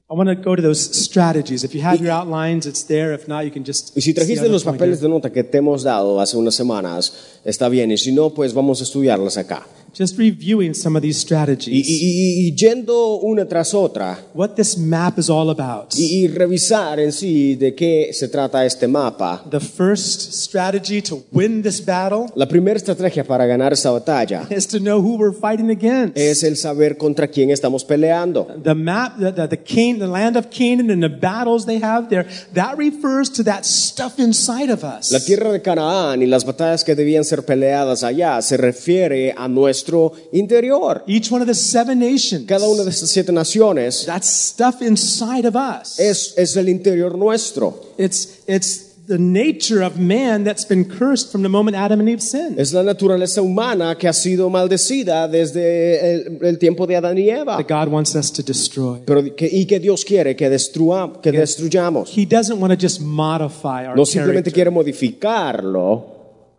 Speaker 2: I want to go to those strategies. If you have your outlines, it's there. If not, you can just.
Speaker 3: Y si
Speaker 2: see how
Speaker 3: trajiste
Speaker 2: they're
Speaker 3: los papeles
Speaker 2: pointed.
Speaker 3: de nota que te hemos dado hace unas semanas, está bien, y si no, pues vamos a estudiarlas acá.
Speaker 2: Just reviewing some of these
Speaker 3: Y, y-
Speaker 2: strategies.
Speaker 3: y- y yendo una tras otra,
Speaker 2: What this map is all about.
Speaker 3: y, y revisar en sí de qué se trata este mapa.
Speaker 2: The first strategy to win this battle
Speaker 3: La primera estrategia para ganar esta batalla
Speaker 2: is to know who we're fighting against.
Speaker 3: es el saber contra quién estamos peleando.
Speaker 2: the map, the, the, the, Can- the land of Canaan and the battles they have there, that refers to that stuff inside of us.
Speaker 3: La tierra de Canaán y las batallas que debían ser peleadas allá se refiere a nuestro interior.
Speaker 2: Each one of the seven nations,
Speaker 3: Cada una de estas siete naciones
Speaker 2: that stuff inside of us.
Speaker 3: es, es el interior nuestro.
Speaker 2: It's, it's the nature of man that's been cursed from the moment Adam and Eve sinned.
Speaker 3: Es la naturaleza humana que ha sido maldecida desde el, el tiempo de Adán y Eva.
Speaker 2: That God wants us to destroy.
Speaker 3: Pero que- y que Dios quiere que, destrua- que destruyamos.
Speaker 2: He doesn't want to just modify our
Speaker 3: No simplemente
Speaker 2: character.
Speaker 3: quiere modificarlo.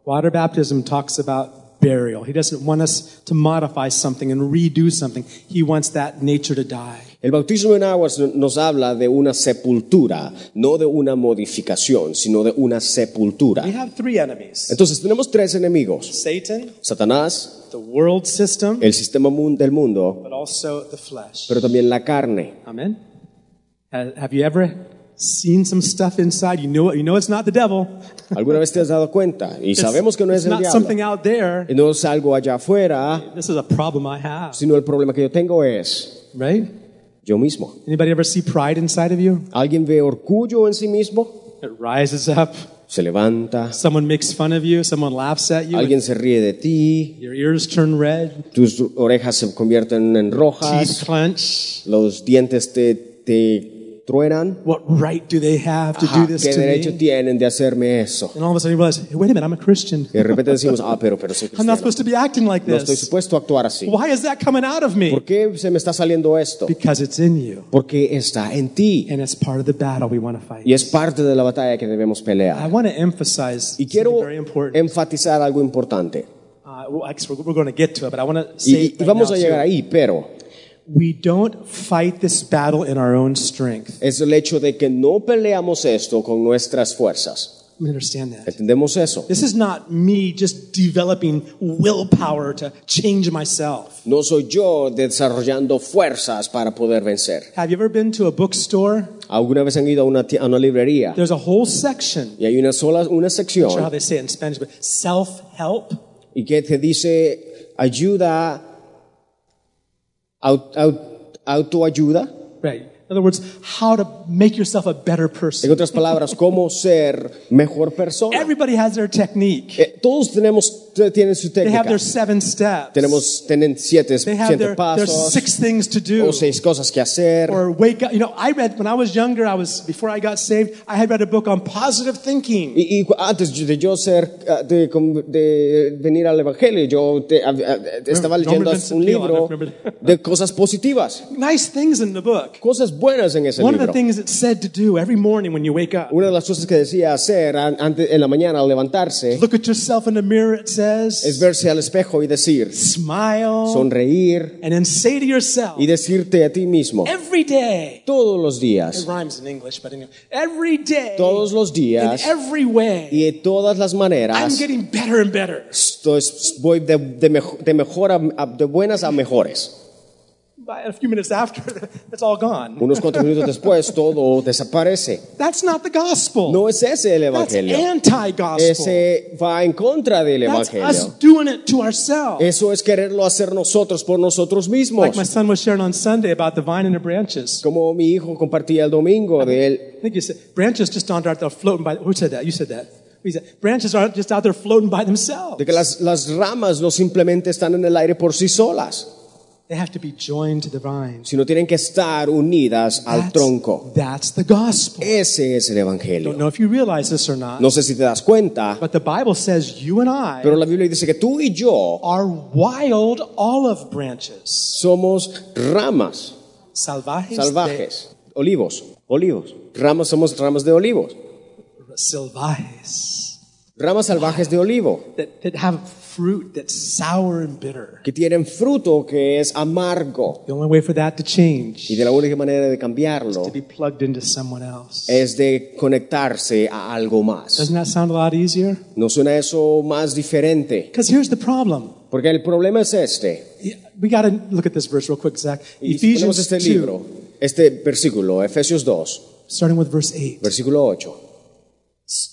Speaker 2: Water baptism talks about burial. He doesn't want us to modify something and redo something. He wants that nature to die.
Speaker 3: El bautismo en aguas no- nos habla de una sepultura, no de una modificación, sino de una
Speaker 2: We
Speaker 3: sepultura.
Speaker 2: have three enemies.
Speaker 3: Entonces tenemos tres enemigos.
Speaker 2: Satan,
Speaker 3: Satanás,
Speaker 2: the world system,
Speaker 3: el sistema mun- del mundo,
Speaker 2: but also the flesh.
Speaker 3: pero también la carne.
Speaker 2: Amen. Ha- Have you ever seen some stuff inside? You know, you know it's not the devil.
Speaker 3: ¿Alguna vez te has dado cuenta? Y
Speaker 2: It's-
Speaker 3: sabemos que no
Speaker 2: it's
Speaker 3: es el
Speaker 2: not something
Speaker 3: diablo.
Speaker 2: out there.
Speaker 3: Y No es algo allá afuera,
Speaker 2: This is a problem I have,
Speaker 3: sino el problema que yo tengo es
Speaker 2: right?
Speaker 3: Yo mismo.
Speaker 2: Anybody ever see pride inside of you?
Speaker 3: ¿Alguien ve orgullo en sí mismo?
Speaker 2: It rises up.
Speaker 3: Se levanta.
Speaker 2: Someone makes fun of you. Someone laughs at you.
Speaker 3: Alguien se ríe de ti.
Speaker 2: Your ears turn red.
Speaker 3: Tus orejas se convierten en
Speaker 2: Teeth
Speaker 3: rojas.
Speaker 2: clench.
Speaker 3: Los dientes te, te truenan.
Speaker 2: What right do they have to
Speaker 3: Ajá,
Speaker 2: do this
Speaker 3: ¿Qué
Speaker 2: to
Speaker 3: derecho
Speaker 2: me?
Speaker 3: tienen de hacerme eso?
Speaker 2: And all of a sudden you realize, hey, wait a minute, I'm a Christian.
Speaker 3: Y de repente decimos, (laughs) ah, pero, pero soy
Speaker 2: I'm not
Speaker 3: cristiano.
Speaker 2: supposed to be acting like
Speaker 3: No estoy
Speaker 2: this.
Speaker 3: supuesto a actuar así.
Speaker 2: Why is that coming out of me?
Speaker 3: ¿Por qué se me está saliendo esto?
Speaker 2: Because it's in you.
Speaker 3: Porque está en ti.
Speaker 2: And it's part of the battle we want to fight.
Speaker 3: Y es parte de la batalla que debemos
Speaker 2: I
Speaker 3: pelear.
Speaker 2: want to emphasize
Speaker 3: Y
Speaker 2: something
Speaker 3: quiero
Speaker 2: very important.
Speaker 3: enfatizar algo importante.
Speaker 2: Uh, well, actually, we're, we're going to get to it, but I want to say
Speaker 3: Y,
Speaker 2: it
Speaker 3: y- y
Speaker 2: right
Speaker 3: vamos
Speaker 2: now,
Speaker 3: a llegar
Speaker 2: too.
Speaker 3: ahí, pero
Speaker 2: we don't fight this battle in our own strength.
Speaker 3: es el hecho de que no peleamos esto con nuestras fuerzas.
Speaker 2: Let me understand that.
Speaker 3: ¿Entendemos eso?
Speaker 2: This is not me just developing willpower to change myself.
Speaker 3: No soy yo desarrollando fuerzas para poder vencer.
Speaker 2: Have you ever been to a bookstore?
Speaker 3: ¿Alguna vez han ido a una, ti- a una librería
Speaker 2: There's a whole section,
Speaker 3: y hay una sola
Speaker 2: I'm
Speaker 3: una
Speaker 2: not sure how
Speaker 3: sección
Speaker 2: they say it in Spanish, but self help.
Speaker 3: y que te dice ayuda, au- au- autoayuda?
Speaker 2: Right. In other words, how to make yourself a better
Speaker 3: En
Speaker 2: person.
Speaker 3: otras palabras, cómo ser mejor persona.
Speaker 2: Everybody has their technique,
Speaker 3: Eh, todos tenemos, t- tienen su
Speaker 2: they have
Speaker 3: técnica.
Speaker 2: their seven steps.
Speaker 3: Tenemos, tienen siete,
Speaker 2: They have their,
Speaker 3: siete
Speaker 2: their
Speaker 3: pasos Oh,
Speaker 2: six things to do.
Speaker 3: o seis cosas que hacer.
Speaker 2: Or wake up. You know, I read when I was younger. I was before I got saved. I had read a book on positive thinking.
Speaker 3: Y, y cu- antes de yo ser, ah, de, com- de venir al Evangelio, yo te- ah, ah, estaba
Speaker 2: no me
Speaker 3: leyendo
Speaker 2: pensé
Speaker 3: un
Speaker 2: que iba a
Speaker 3: libro
Speaker 2: hablar,
Speaker 3: de cosas positivas,
Speaker 2: Nice things in the book.
Speaker 3: cosas buenas en ese
Speaker 2: One of the
Speaker 3: libro.
Speaker 2: things it said to do every morning when you wake up.
Speaker 3: Una de las cosas que decía hacer an- ante- en la mañana al levantarse
Speaker 2: Look at yourself in the mirror. It
Speaker 3: es
Speaker 2: says.
Speaker 3: verse al espejo y decir,
Speaker 2: Smile.
Speaker 3: sonreír
Speaker 2: And then say to yourself
Speaker 3: y decirte a ti mismo,
Speaker 2: every day.
Speaker 3: todos los
Speaker 2: It
Speaker 3: días,
Speaker 2: rhymes in English, but anyway, every day.
Speaker 3: todos los
Speaker 2: In
Speaker 3: días
Speaker 2: every way.
Speaker 3: y de todas las
Speaker 2: I'm
Speaker 3: maneras,
Speaker 2: getting better and better.
Speaker 3: esto es- voy de, de, mejo- de mejor a- a- de buenas a mejores.
Speaker 2: by a few minutes after, (laughs) it's all gone.
Speaker 3: Unos cuantos minutos después todo desaparece.
Speaker 2: That's not the gospel.
Speaker 3: No es ese el
Speaker 2: That's
Speaker 3: Evangelio.
Speaker 2: anti-gospel.
Speaker 3: Ese va en contra del
Speaker 2: That's us
Speaker 3: Evangelio.
Speaker 2: doing it to ourselves.
Speaker 3: Eso es quererlo hacer nosotros por nosotros mismos.
Speaker 2: Like my son was sharing on Sunday about the vine and the branches.
Speaker 3: Como mi hijo compartía el domingo de él.
Speaker 2: I think you said branches just aren't out there floating by. Who said that? You said that. We said branches aren't just out there floating by themselves.
Speaker 3: De que las, las ramas no simplemente están en el aire por sí solas,
Speaker 2: They have to be joined to the vine.
Speaker 3: sino tienen que estar unidas al
Speaker 2: That's-
Speaker 3: tronco.
Speaker 2: That's the gospel.
Speaker 3: Ese es el
Speaker 2: Don't
Speaker 3: Evangelio.
Speaker 2: know if you realize this or not,
Speaker 3: No sé si te das cuenta,
Speaker 2: but the Bible says you and I
Speaker 3: pero la Biblia dice que tú y yo
Speaker 2: are wild olive branches.
Speaker 3: somos ramas
Speaker 2: Salvajes.
Speaker 3: salvajes, olivos, olivos. Ramas somos ramas de olivos,
Speaker 2: de- Silvajes.
Speaker 3: ramas salvajes de olivo.
Speaker 2: That, that have fruit that's sour and bitter.
Speaker 3: que tienen fruto que es amargo.
Speaker 2: The only way for that to change
Speaker 3: Y de la única manera de
Speaker 2: to
Speaker 3: cambiarlo
Speaker 2: be plugged into someone else.
Speaker 3: es de conectarse a algo más.
Speaker 2: Doesn't that sound a lot easier?
Speaker 3: ¿No suena eso más diferente?
Speaker 2: Because here's the problem.
Speaker 3: Porque el problema es este.
Speaker 2: We got to look at this verse real quick, Zach.
Speaker 3: Y si
Speaker 2: Ephesians
Speaker 3: ponemos este
Speaker 2: 2,
Speaker 3: libro, este versículo, Efesios 2,
Speaker 2: starting with verse 8.
Speaker 3: versículo 8.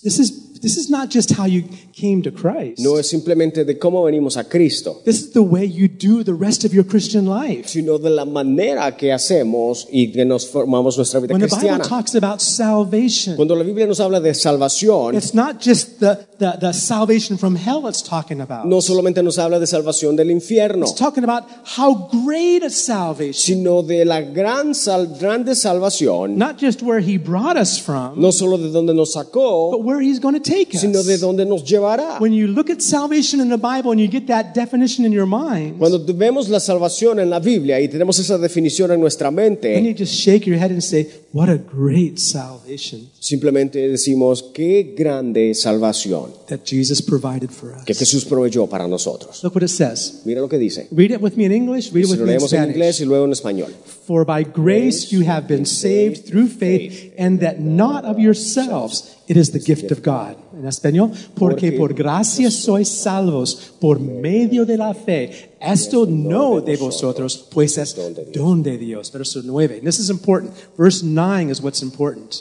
Speaker 2: This is, this is not just how you came to Christ.
Speaker 3: No es simplemente de cómo venimos a Cristo,
Speaker 2: This is the way you do the rest of your Christian life.
Speaker 3: sino de la manera que hacemos y que nos formamos nuestra vida
Speaker 2: When the Bible
Speaker 3: cristiana.
Speaker 2: talks about salvation,
Speaker 3: Cuando la Biblia nos habla de salvación,
Speaker 2: it's not just the, the, the salvation from hell it's talking about.
Speaker 3: no solamente nos habla de salvación del infierno,
Speaker 2: It's talking about how great a salvation.
Speaker 3: sino de la gran sal- grande salvación,
Speaker 2: Not just where he brought us from,
Speaker 3: no solo de donde nos
Speaker 2: but
Speaker 3: sacó,
Speaker 2: where he's going to take us.
Speaker 3: sino de donde nos llevará.
Speaker 2: When you look at salvation in the Bible and you get that definition in your mind,
Speaker 3: Cuando vemos la salvación en la Biblia y tenemos esa definición en nuestra
Speaker 2: then
Speaker 3: mente,
Speaker 2: you just shake your head and say, What a great salvation
Speaker 3: simplemente decimos qué grande salvación
Speaker 2: that Jesus provided for us.
Speaker 3: que Jesús proveyó para nosotros.
Speaker 2: Look what it says.
Speaker 3: Mira lo que dice.
Speaker 2: Read it with me in English, read it
Speaker 3: Si
Speaker 2: with
Speaker 3: lo
Speaker 2: me in
Speaker 3: leemos en
Speaker 2: Spanish.
Speaker 3: inglés y luego en español.
Speaker 2: For by grace you have been saved through faith, and that not of yourselves, it is the gift of God. En español, porque por gracia sois salvos por medio de la fe. Esto no de vosotros, pues es don de Dios. Verso 9. And this is important. Verse 9 is what's important.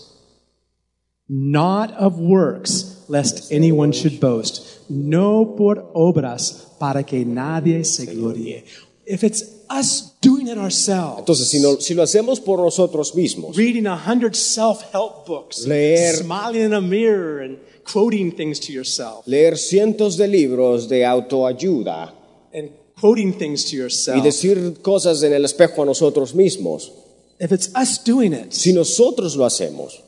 Speaker 2: Not of works, lest anyone should boast. No por obras, para que nadie se glorie. If it's us doing it ourselves,
Speaker 3: Entonces, si, no- si lo hacemos por nosotros mismos,
Speaker 2: reading a hundred self-help books,
Speaker 3: Leer.
Speaker 2: smiling in a mirror and quoting things to yourself
Speaker 3: leer cientos de libros de autoayuda
Speaker 2: and quoting things to
Speaker 3: y
Speaker 2: yourself.
Speaker 3: decir cosas en el espejo a nosotros mismos,
Speaker 2: If it's us doing it,
Speaker 3: si nosotros lo hacemos,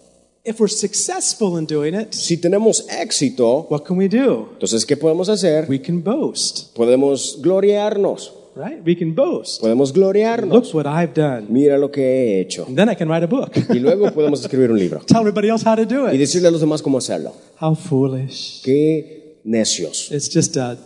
Speaker 2: if we're successful in doing it,
Speaker 3: si tenemos éxito,
Speaker 2: what can we do?
Speaker 3: entonces ¿qué podemos hacer?
Speaker 2: We can boast,
Speaker 3: Podemos gloriarnos,
Speaker 2: right? We can boast.
Speaker 3: podemos gloriarnos.
Speaker 2: Look what I've done.
Speaker 3: Mira lo que he hecho.
Speaker 2: And then I can write a book.
Speaker 3: Y luego podemos escribir un libro
Speaker 2: (laughs) Tell everybody else how to do
Speaker 3: y
Speaker 2: it.
Speaker 3: decirle a los demás cómo hacerlo.
Speaker 2: How foolish.
Speaker 3: Qué necios,
Speaker 2: It's just a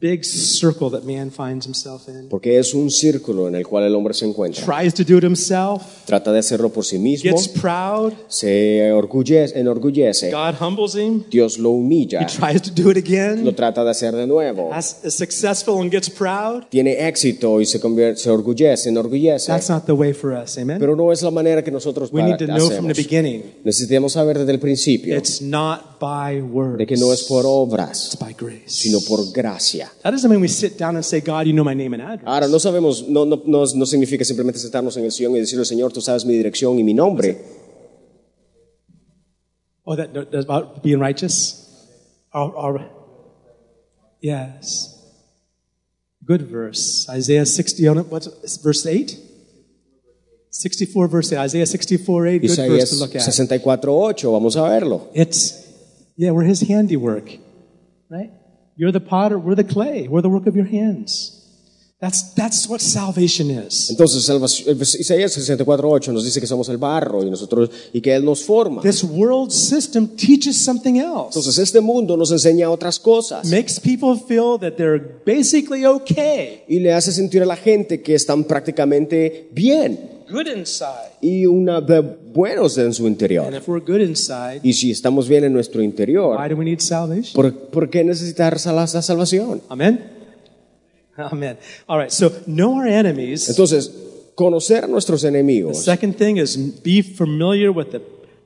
Speaker 2: big circle that man finds himself in.
Speaker 3: porque es un círculo en el cual el hombre se encuentra.
Speaker 2: Tries to do it himself,
Speaker 3: Trata de hacerlo por sí mismo,
Speaker 2: gets proud,
Speaker 3: se orgullece, enorgullece,
Speaker 2: God humbles him,
Speaker 3: Dios lo humilla,
Speaker 2: he tries to do it again.
Speaker 3: lo trata de hacer de nuevo.
Speaker 2: as, is successful and gets proud.
Speaker 3: tiene éxito y se convierte, se orgullece, enorgullece.
Speaker 2: That's not the way for us. Amen.
Speaker 3: Pero no es la manera que nosotros
Speaker 2: We
Speaker 3: para-
Speaker 2: need to know from the
Speaker 3: hacemos.
Speaker 2: beginning.
Speaker 3: Necesitamos saber desde el principio
Speaker 2: It's not by words.
Speaker 3: de que no es por obras,
Speaker 2: It's by grace.
Speaker 3: sino por gracia.
Speaker 2: That doesn't mean we sit down and say, God, you know my name and address.
Speaker 3: Ahora, no sabemos, no, no, no, no significa simplemente sentarnos en el sillón y decirle, Señor, tú sabes mi dirección y mi nombre.
Speaker 2: Oh, that, that- that's about being righteous. Or- or- yes. Good verse. Isaiah 60, on it- what's it's verse 8? 64 verse 8. Isaiah 64, 8. Good verse
Speaker 3: Isaías
Speaker 2: to look at.
Speaker 3: 64.8, vamos a verlo.
Speaker 2: It's, yeah, we're his handiwork, right? You're the potter, we're the clay, we're the work of your hands. That's, that's what salvation is.
Speaker 3: Entonces, salvación- eh, pues, Isaías 64.8 nos dice que somos el barro y, nosotros, y que Él nos forma.
Speaker 2: This world system teaches something else.
Speaker 3: Entonces, este mundo nos enseña otras cosas
Speaker 2: Makes people feel that they're basically okay,
Speaker 3: y le hace sentir a la gente que están prácticamente bien
Speaker 2: good inside.
Speaker 3: y una de buenos en su
Speaker 2: And
Speaker 3: interior.
Speaker 2: if we're good inside,
Speaker 3: Y si estamos bien en nuestro interior,
Speaker 2: why do we need salvation?
Speaker 3: ¿por, por qué necesitar sal- la salvación?
Speaker 2: Amen? Amen. All right, so know our enemies
Speaker 3: Entonces, conocer a nuestros
Speaker 2: The
Speaker 3: enemigos.
Speaker 2: second thing is be familiar with the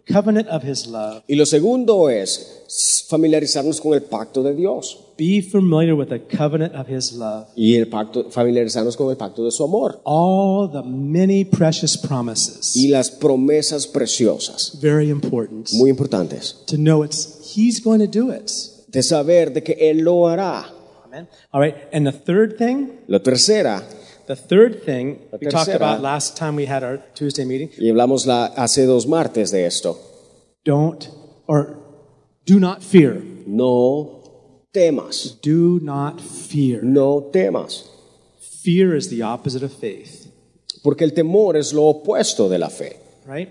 Speaker 2: covenant of his love.
Speaker 3: Y lo segundo es familiarizarnos con el pacto de Dios
Speaker 2: Be familiar with the covenant of his love.
Speaker 3: y el pacto, familiarizarnos con el pacto de su amor
Speaker 2: All the many precious
Speaker 3: y
Speaker 2: promises.
Speaker 3: las promesas preciosas,
Speaker 2: Very important
Speaker 3: muy importantes,
Speaker 2: to know it's he's going to do it.
Speaker 3: de saber de que Él lo hará.
Speaker 2: Amen. All right. And the third thing,
Speaker 3: La tercera,
Speaker 2: the third thing
Speaker 3: La
Speaker 2: we talked
Speaker 3: tercera.
Speaker 2: about last time we had our Tuesday meeting,
Speaker 3: y hablamos la- hace dos martes de esto,
Speaker 2: don't or do not fear.
Speaker 3: no temas,
Speaker 2: Do not fear.
Speaker 3: no temas,
Speaker 2: Fear is the opposite of faith,
Speaker 3: porque el temor es lo opuesto de la fe.
Speaker 2: right?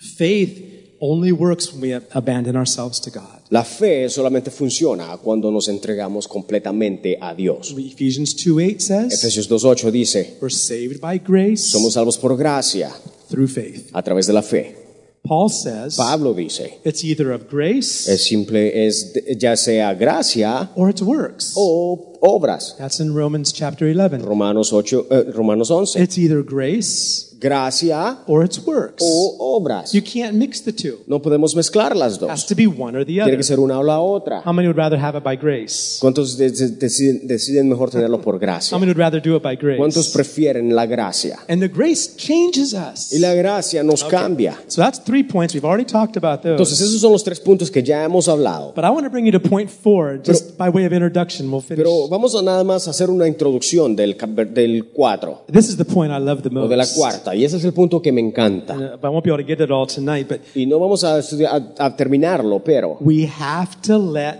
Speaker 2: Faith only works when we ab- abandon ourselves to God.
Speaker 3: La fe solamente funciona cuando nos entregamos completamente a Dios.
Speaker 2: Ephesians 2:8 says,
Speaker 3: Efesios 2.8 dice,
Speaker 2: "We're saved by grace
Speaker 3: somos salvos por gracia
Speaker 2: through faith."
Speaker 3: a través de la fe.
Speaker 2: Paul says,
Speaker 3: Pablo dice,
Speaker 2: "It's either of grace
Speaker 3: es simple, es de- ya sea gracia
Speaker 2: or it's works."
Speaker 3: Oh. o obras.
Speaker 2: That's in Romans chapter 11.
Speaker 3: Romanos, 8, eh, Romanos 11,
Speaker 2: It's either grace
Speaker 3: gracia
Speaker 2: or it's works.
Speaker 3: o obras.
Speaker 2: You can't mix the two.
Speaker 3: No podemos mezclar las
Speaker 2: It has
Speaker 3: dos.
Speaker 2: to be one or the
Speaker 3: Tiene
Speaker 2: other.
Speaker 3: que ser una o la otra.
Speaker 2: How many would rather have it by grace?
Speaker 3: ¿Cuántos de- de- deciden, deciden mejor tenerlo por gracia?
Speaker 2: How many would rather do it by
Speaker 3: ¿Cuántos
Speaker 2: grace?
Speaker 3: prefieren la gracia?
Speaker 2: And the grace changes us.
Speaker 3: Y la gracia nos cambia.
Speaker 2: So that's three points. We've already talked about
Speaker 3: Entonces
Speaker 2: those.
Speaker 3: esos son los tres puntos que ya hemos hablado.
Speaker 2: But I want to bring you to point four, just by way of introduction. We'll finish.
Speaker 3: Pero vamos a nada más hacer una introducción del, cap- del cuatro
Speaker 2: This is the point I love the
Speaker 3: o de la
Speaker 2: most.
Speaker 3: cuarta y ese es el punto que me encanta.
Speaker 2: Uh, but I won't be able to get it all tonight, but
Speaker 3: Y no vamos a, estudiar- a- a terminarlo, pero
Speaker 2: we have to let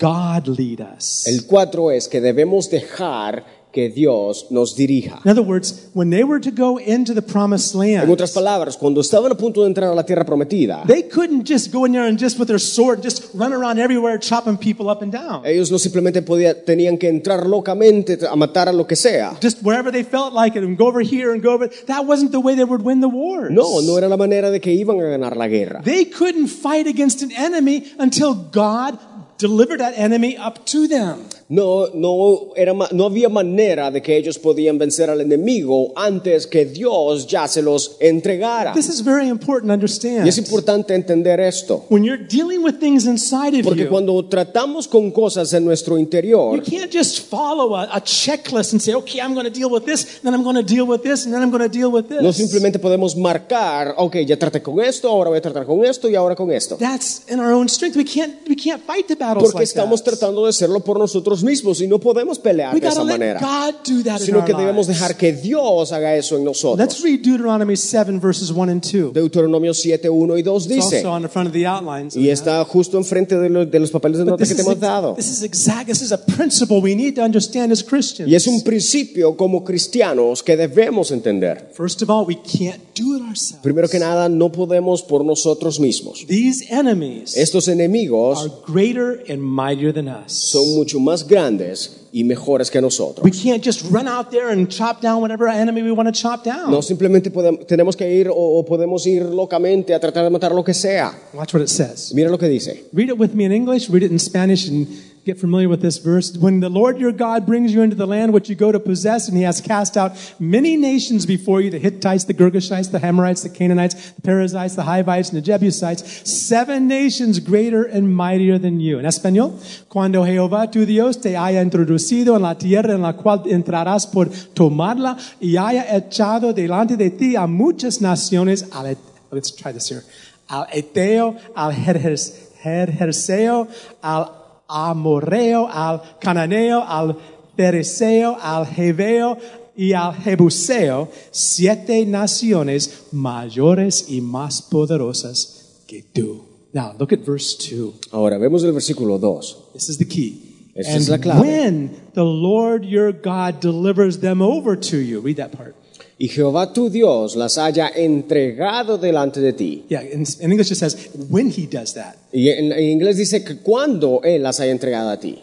Speaker 2: God lead us.
Speaker 3: el cuatro es que debemos dejar que Dios nos dirija.
Speaker 2: In other words, when they were to go into the promised
Speaker 3: En
Speaker 2: land,
Speaker 3: otras palabras, cuando estaban a punto de entrar a la tierra prometida,
Speaker 2: they couldn't just go in there and just with their sword just run around everywhere chopping people up and down.
Speaker 3: ellos no simplemente podían, tenían que entrar locamente a matar a lo que sea.
Speaker 2: Just wherever they felt like it and go over here and go over. That wasn't the way they would win the wars.
Speaker 3: No, no era la manera de que iban a ganar la guerra.
Speaker 2: They couldn't fight against an enemy until God delivered that enemy up to them.
Speaker 3: No, no, era, ma- no había manera de que ellos podían vencer al enemigo antes que Dios ya se los entregara.
Speaker 2: This is very important to understand.
Speaker 3: Y es importante entender esto,
Speaker 2: When you're dealing with things inside of
Speaker 3: porque
Speaker 2: you,
Speaker 3: cuando tratamos con cosas en nuestro
Speaker 2: you
Speaker 3: interior,
Speaker 2: can't just follow a, a checklist and say, okay, I'm going to deal with this, then I'm going to deal with this, and then I'm going to deal with this.
Speaker 3: no simplemente podemos marcar, ok, ya traté con esto, ahora voy a tratar con esto y ahora con esto.
Speaker 2: That's in our own strength. We can't, we can't fight the battles
Speaker 3: Porque
Speaker 2: like
Speaker 3: estamos
Speaker 2: that.
Speaker 3: tratando de hacerlo por nosotros mismos y no podemos pelear
Speaker 2: We
Speaker 3: de
Speaker 2: got to
Speaker 3: esa
Speaker 2: let
Speaker 3: manera,
Speaker 2: God do that in
Speaker 3: sino
Speaker 2: our
Speaker 3: que debemos
Speaker 2: lives.
Speaker 3: dejar que Dios haga eso en
Speaker 2: Let's
Speaker 3: nosotros.
Speaker 2: read Deuteronomy 7, verses 1 and 2.
Speaker 3: Deuteronomio 7, 1 y 2
Speaker 2: It's
Speaker 3: dice,
Speaker 2: also on the front of the outlines.
Speaker 3: y está justo enfrente de, lo- de los papeles de
Speaker 2: But
Speaker 3: nota
Speaker 2: this
Speaker 3: que
Speaker 2: is,
Speaker 3: te hemos dado.
Speaker 2: this is exact. This is a principle we need to understand as Christians.
Speaker 3: Y es un principio como cristianos que debemos entender.
Speaker 2: First of all, we can't do it ourselves.
Speaker 3: Primero que nada, no podemos por nosotros mismos.
Speaker 2: These enemies
Speaker 3: Estos
Speaker 2: are
Speaker 3: enemigos
Speaker 2: greater and mightier than us.
Speaker 3: son mucho más grandes y mejores que nosotros.
Speaker 2: we can't just run out there and chop down whatever enemy we want to chop down.
Speaker 3: No simplemente podem- tenemos que ir o, o podemos ir locamente a tratar de matar lo que sea.
Speaker 2: Watch what it says.
Speaker 3: Mira lo que dice.
Speaker 2: Read it with me in English, read it in Spanish, and get familiar with this verse. When the Lord your God brings you into the land which you go to possess, and he has cast out many nations before you the Hittites, the Girgashites, the Hamorites, the Canaanites, the Perizzites, the Hivites, and the Jebusites, seven nations greater and mightier than you. En español, cuando Jehová tu Dios te haya introducido en la tierra en la cual entrarás por tomarla y haya echado delante de ti a muchas naciones, al- let's try this here, al Eteo, al Jerjes, Jerseo, al Amorreo, al Cananeo, al Pereseo, al Jeveo y al Jebuseo, siete naciones mayores y más poderosas que tú. Now, look at verse 2.
Speaker 3: Ahora, vemos el versículo 2.
Speaker 2: This is the key.
Speaker 3: Esta
Speaker 2: and
Speaker 3: es la clave.
Speaker 2: when the Lord your God delivers them over to you, read that part.
Speaker 3: Y Jehová tu Dios las haya entregado delante de ti.
Speaker 2: Yeah, in, in English it says, when he does that.
Speaker 3: Y en, en inglés dice que cuando Él las haya entregado a ti.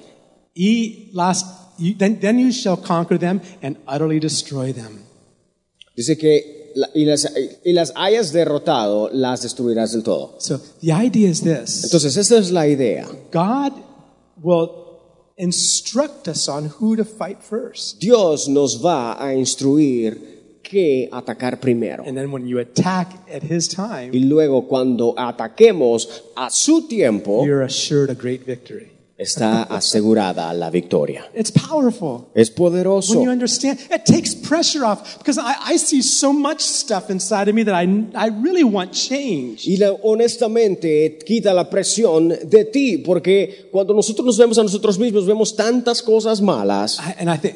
Speaker 2: Ye last, you, then, then you shall conquer them and utterly destroy them.
Speaker 3: Dice que la- y las, y las hayas derrotado, las destruirás del todo.
Speaker 2: So the idea is this
Speaker 3: Entonces, esa es la idea.
Speaker 2: God will instruct us on who to fight first.
Speaker 3: Dios nos va a instruir qué atacar primero.
Speaker 2: And then when you attack at his time,
Speaker 3: Y luego cuando ataquemos a su tiempo,
Speaker 2: you're assured a great victory.
Speaker 3: está asegurada la victoria.
Speaker 2: It's powerful.
Speaker 3: Es
Speaker 2: When
Speaker 3: poderoso.
Speaker 2: you understand, it takes pressure off because I, I see so much stuff inside of me that I, I really want change.
Speaker 3: Y la- honestamente quita la presión de ti, porque cuando nosotros nos vemos a nosotros mismos, vemos tantas cosas malas
Speaker 2: I, and I think,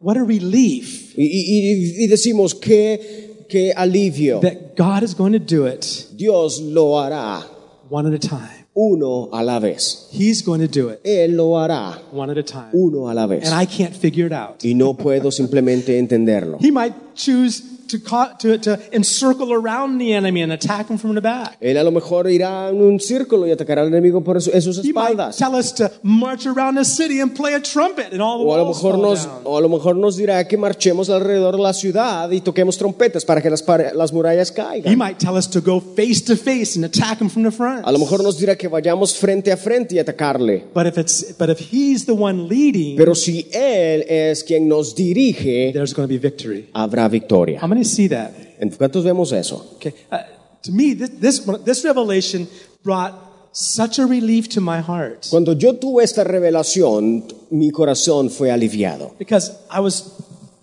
Speaker 2: what a relief
Speaker 3: y, y- y- y decimos, qué, qué alivio.
Speaker 2: that God is going to do it
Speaker 3: Dios lo hará
Speaker 2: one at a time.
Speaker 3: uno a la vez.
Speaker 2: He's going to do it
Speaker 3: Él lo hará
Speaker 2: one at a time.
Speaker 3: uno a la vez.
Speaker 2: And I can't figure it out.
Speaker 3: Y no puedo simplemente entenderlo.
Speaker 2: He might choose to, ca- to, to encircle around the enemy and attack him from the back.
Speaker 3: Él a lo mejor irá en un círculo y atacará al enemigo por su- en sus
Speaker 2: He might
Speaker 3: espaldas.
Speaker 2: tell us to march around the city and play a trumpet and all the
Speaker 3: O a, lo
Speaker 2: walls
Speaker 3: mejor
Speaker 2: fall
Speaker 3: nos,
Speaker 2: down.
Speaker 3: o a lo mejor nos dirá que marchemos alrededor de la ciudad y toquemos trompetas para que las, pare- las murallas
Speaker 2: He
Speaker 3: caigan.
Speaker 2: might tell us to go face to face and attack him from the front.
Speaker 3: A lo mejor nos dirá que vayamos frente a frente y atacarle.
Speaker 2: But if it's but if he's the one leading,
Speaker 3: Pero si Él es quien nos dirige,
Speaker 2: there's going to be victory.
Speaker 3: habrá victoria.
Speaker 2: I'm going to see that.
Speaker 3: ¿En cuántos vemos eso?
Speaker 2: Okay. Uh, to me, this, this this revelation brought such a relief to my heart
Speaker 3: Cuando yo tuve esta revelación, mi corazón fue aliviado.
Speaker 2: because I was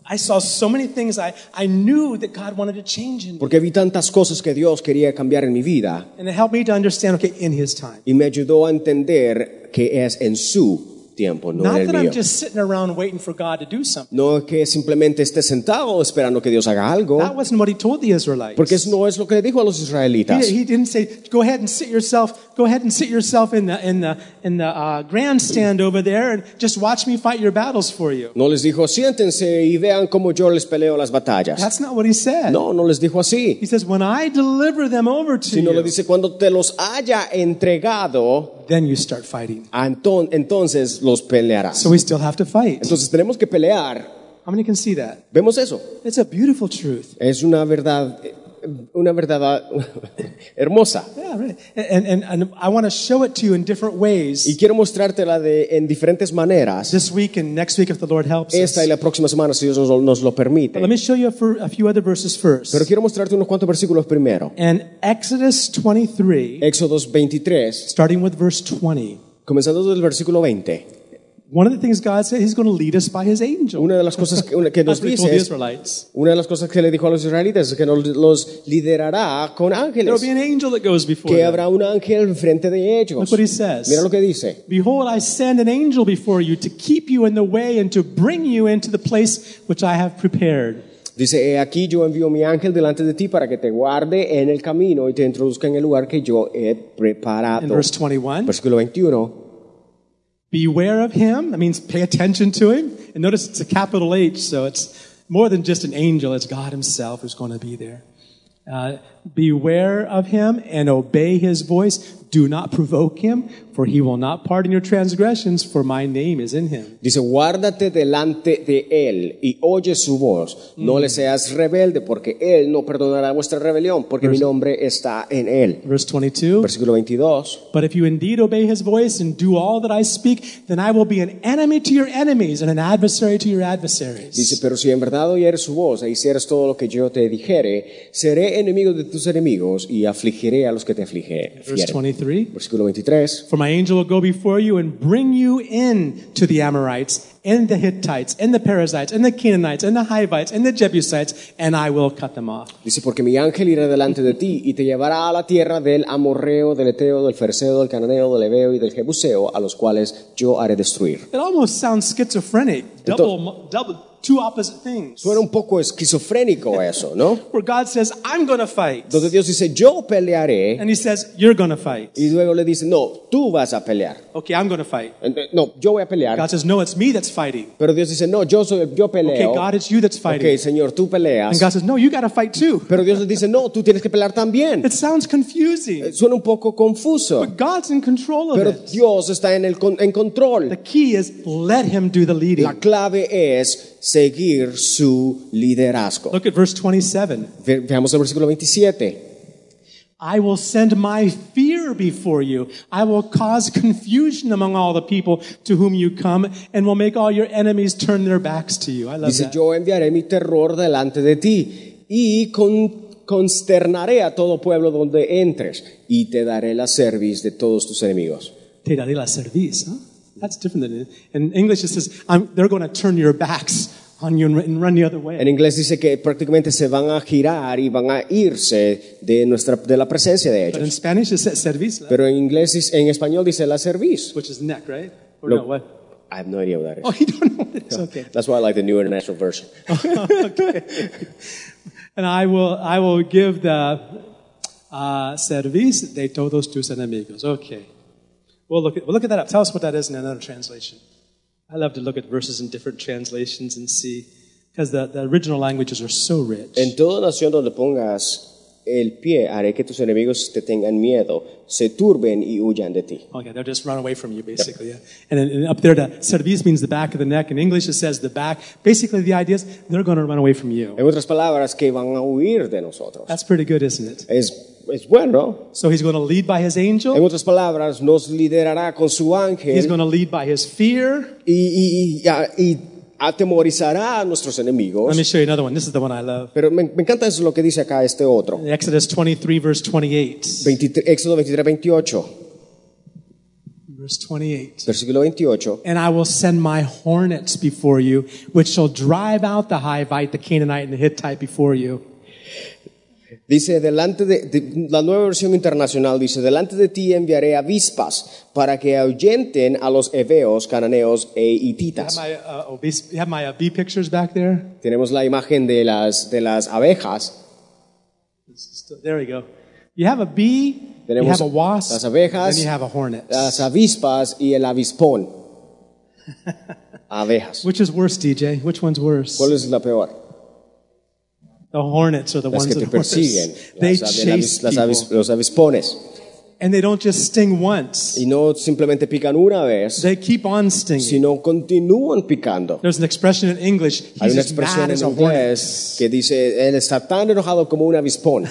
Speaker 2: I saw so many things I, I knew that God wanted to change in me.
Speaker 3: Porque vi tantas cosas que Dios quería cambiar en mi vida
Speaker 2: And it helped me to understand, okay, in his time.
Speaker 3: y me ayudó a entender que es en su tiempo, no
Speaker 2: Not
Speaker 3: en
Speaker 2: that
Speaker 3: el
Speaker 2: I'm
Speaker 3: mío.
Speaker 2: just sitting around waiting for God to do something.
Speaker 3: No que simplemente esté sentado esperando que Dios haga algo.
Speaker 2: That wasn't what he told the Israelites.
Speaker 3: Porque eso no es lo que le dijo a los israelitas.
Speaker 2: he, he didn't say, go ahead and sit yourself, go ahead and sit yourself in the, in the, in the uh, grandstand over there and just watch me fight your battles for you.
Speaker 3: No les dijo, siéntense y vean cómo yo les peleo las batallas.
Speaker 2: That's not what he said.
Speaker 3: No, no les dijo así.
Speaker 2: He says, when I deliver them over to
Speaker 3: Sino le
Speaker 2: you,
Speaker 3: dice, cuando te los haya entregado,
Speaker 2: then you start fighting.
Speaker 3: a enton- entonces los pelearás.
Speaker 2: So we still have to fight.
Speaker 3: Entonces tenemos que pelear.
Speaker 2: How many can see that?
Speaker 3: Vemos eso.
Speaker 2: It's a beautiful truth.
Speaker 3: Es una verdad, eh, una verdad eh, (laughs) hermosa.
Speaker 2: Yeah, really. And, and, and I want to show it to you in different
Speaker 3: Y
Speaker 2: ways
Speaker 3: quiero mostrártela de, en diferentes maneras.
Speaker 2: this week and next week if the Lord helps us.
Speaker 3: Esta y la próxima semana, si Dios nos, lo- nos lo permite.
Speaker 2: But let me show you a, fir- a few other verses first.
Speaker 3: Pero quiero mostrarte unos cuantos versículos primero.
Speaker 2: And Exodus 23,
Speaker 3: Éxodos 23,
Speaker 2: starting with verse 20.
Speaker 3: comenzando desde el versículo 20.
Speaker 2: One of the things God said, He's going to lead us by His angel.
Speaker 3: Una de las cosas que, una- que nos
Speaker 2: That's what He told
Speaker 3: dice
Speaker 2: the
Speaker 3: es,
Speaker 2: Israelites.
Speaker 3: una de las cosas que le dijo a los israelitas es que nos, los liderará con
Speaker 2: There will
Speaker 3: ángeles,
Speaker 2: be an angel that goes before
Speaker 3: que
Speaker 2: them.
Speaker 3: habrá un ángel enfrente de ellos.
Speaker 2: Look what he says.
Speaker 3: Mira lo que dice.
Speaker 2: Behold, I send an angel before you to keep you in the way and to bring you into the place which I have prepared.
Speaker 3: Dice, "He aquí yo envío mi ángel delante de ti para que te guarde en el camino y te introduzca en el lugar que yo he
Speaker 2: In
Speaker 3: preparado.
Speaker 2: verse 21,
Speaker 3: Versículo 21.
Speaker 2: beware of him. That means pay attention to him. And notice it's a capital H, so it's more than just an angel, it's God Himself who's going to be there. Uh, beware of him and obey his voice. Do not provoke him, for he will not pardon your transgressions, for my name is in him.
Speaker 3: Dice, guárdate delante de él y oye su voz. No le seas rebelde porque él no perdonará vuestra rebelión porque mi nombre está en él.
Speaker 2: Verse 22.
Speaker 3: Versículo 22.
Speaker 2: But if you indeed obey his voice and do all that I speak, then I will be an enemy to your enemies and an adversary to your
Speaker 3: Dice,
Speaker 2: adversaries.
Speaker 3: pero si en verdad oyeres su voz e hicieres todo lo que yo te dijere, seré enemigo de tus enemigos y afligiré a los que te afligen.
Speaker 2: Verse 23.
Speaker 3: Versículo 23.
Speaker 2: For my angel will go before you and bring you in to the Amorites and the Hittites and the Perizzites and the Canaanites and the Hivites and the Jebusites, and I will cut them off.
Speaker 3: Dice, porque mi ángel irá delante de ti y te llevará a la tierra del amorreo, del eteo, del ferseo, del cananeo, del ebeo y del jebuseo, a los cuales yo haré destruir.
Speaker 2: It almost sounds schizophrenic. Double, double, two opposite things.
Speaker 3: Suena un
Speaker 2: (laughs)
Speaker 3: poco esquizofrénico eso, ¿no?
Speaker 2: Where God says, I'm going to fight.
Speaker 3: Donde Dios dice, yo pelearé,
Speaker 2: And he says, You're going to fight.
Speaker 3: y luego le dice, no, tú vas a pelear.
Speaker 2: Okay, I'm going to fight.
Speaker 3: Ent- No, yo voy a
Speaker 2: God
Speaker 3: pelear.
Speaker 2: says, No, it's me that's fighting.
Speaker 3: Pero Dios dice, no, yo, soy, yo
Speaker 2: Okay,
Speaker 3: peleo.
Speaker 2: God, it's you that's
Speaker 3: Ok,
Speaker 2: fighting.
Speaker 3: Señor, tú peleas.
Speaker 2: And God says, No, you got to fight too.
Speaker 3: Pero Dios les dice, no, tú tienes que pelear también.
Speaker 2: It sounds confusing,
Speaker 3: Suena un poco confuso,
Speaker 2: but God's in control of
Speaker 3: pero
Speaker 2: it.
Speaker 3: Dios está en, el, con-
Speaker 2: The
Speaker 3: en control.
Speaker 2: key is let Him do the
Speaker 3: La
Speaker 2: leading.
Speaker 3: clave es seguir su liderazgo.
Speaker 2: Look at verse 27.
Speaker 3: Ve- veamos el versículo 27.
Speaker 2: I will send my fear before you. I will cause confusion among all the people to whom you come and will make all your enemies turn their backs to you. I love
Speaker 3: Dice,
Speaker 2: that.
Speaker 3: yo enviaré mi terror delante de ti y con- consternaré a todo pueblo donde entres y te daré la cerviz de todos tus enemigos.
Speaker 2: Te daré la cerviz. Huh? That's different than in English. It says I'm, they're going to turn your backs on you and, run- and run the other way.
Speaker 3: En inglés dice que prácticamente se van a girar y van a irse de, nuestra, de la presencia de
Speaker 2: But
Speaker 3: ellos.
Speaker 2: in Spanish it says cerviz,
Speaker 3: Pero en inglés, dice- en español dice la cerviz.
Speaker 2: which is neck, right? Or
Speaker 3: Lo-
Speaker 2: no, what?
Speaker 3: I have no idea what that is.
Speaker 2: Oh, you don't know what it is. Okay.
Speaker 3: That's why I like the new international version.
Speaker 2: (laughs) And I will, I will give the uh, cerviz de todos tus enemigos. Okay. We'll look, at, we'll look at that up. Tell us what that is in another translation. I love to look at verses in different translations and see, because the, the original languages are so rich.
Speaker 3: En toda nación donde pongas el pie, haré que tus enemigos te tengan miedo, se turben y huyan de ti.
Speaker 2: Okay, they'll just run away from you, basically. Yeah. And, then- and up there, the cerviz means the back of the neck. In English, it says the back. Basically, the idea is they're going to run away from you.
Speaker 3: En otras palabras, que van a huir de nosotros.
Speaker 2: That's pretty good, isn't it?
Speaker 3: Es, es bueno.
Speaker 2: So he's going to lead by his angel.
Speaker 3: En otras palabras, nos liderará con su
Speaker 2: He's
Speaker 3: ángel
Speaker 2: going to lead by his fear.
Speaker 3: y, y- y- a- y atemorizará a nuestros
Speaker 2: Let
Speaker 3: enemigos.
Speaker 2: me show you another one. This is the one I love.
Speaker 3: Pero me, me encanta eso lo que dice acá este otro.
Speaker 2: Exodus 23, verse 28.
Speaker 3: 23 Éxodo 23, 28,
Speaker 2: Verse 28.
Speaker 3: versículo 28.
Speaker 2: And I will send my hornets before you, which shall drive out the Hivite, the Canaanite, and the Hittite before you.
Speaker 3: Dice, delante de, de- la nueva versión internacional dice, delante de ti enviaré avispas para que ahuyenten a los heveos, cananeos e
Speaker 2: Have
Speaker 3: hititas.
Speaker 2: my, uh, obese, have my uh, bee pictures back there?
Speaker 3: Tenemos la imagen de las, de las abejas.
Speaker 2: This is still- There we go. You have a bee, you
Speaker 3: Tenemos
Speaker 2: have a wasp,
Speaker 3: las abejas,
Speaker 2: and then you have a hornet.
Speaker 3: Las avispas y el avispón. Abejas.
Speaker 2: Which is worse, DJ? Which one's worse?
Speaker 3: ¿Cuál es la peor?
Speaker 2: the hornets are the
Speaker 3: Las
Speaker 2: ones
Speaker 3: que te
Speaker 2: that are worse.
Speaker 3: persiguen.
Speaker 2: They
Speaker 3: Las ave- la
Speaker 2: chase
Speaker 3: avis- las avis-
Speaker 2: people,
Speaker 3: los avispones.
Speaker 2: and they don't just sting once.
Speaker 3: Y no simplemente pican una vez,
Speaker 2: They keep on stinging.
Speaker 3: sino continúan picando.
Speaker 2: There's an expression in English. He's
Speaker 3: Hay una
Speaker 2: as mad
Speaker 3: expresión en
Speaker 2: as a hornet.
Speaker 3: inglés que dice, él está tan enojado como
Speaker 2: (laughs)
Speaker 3: un avispón.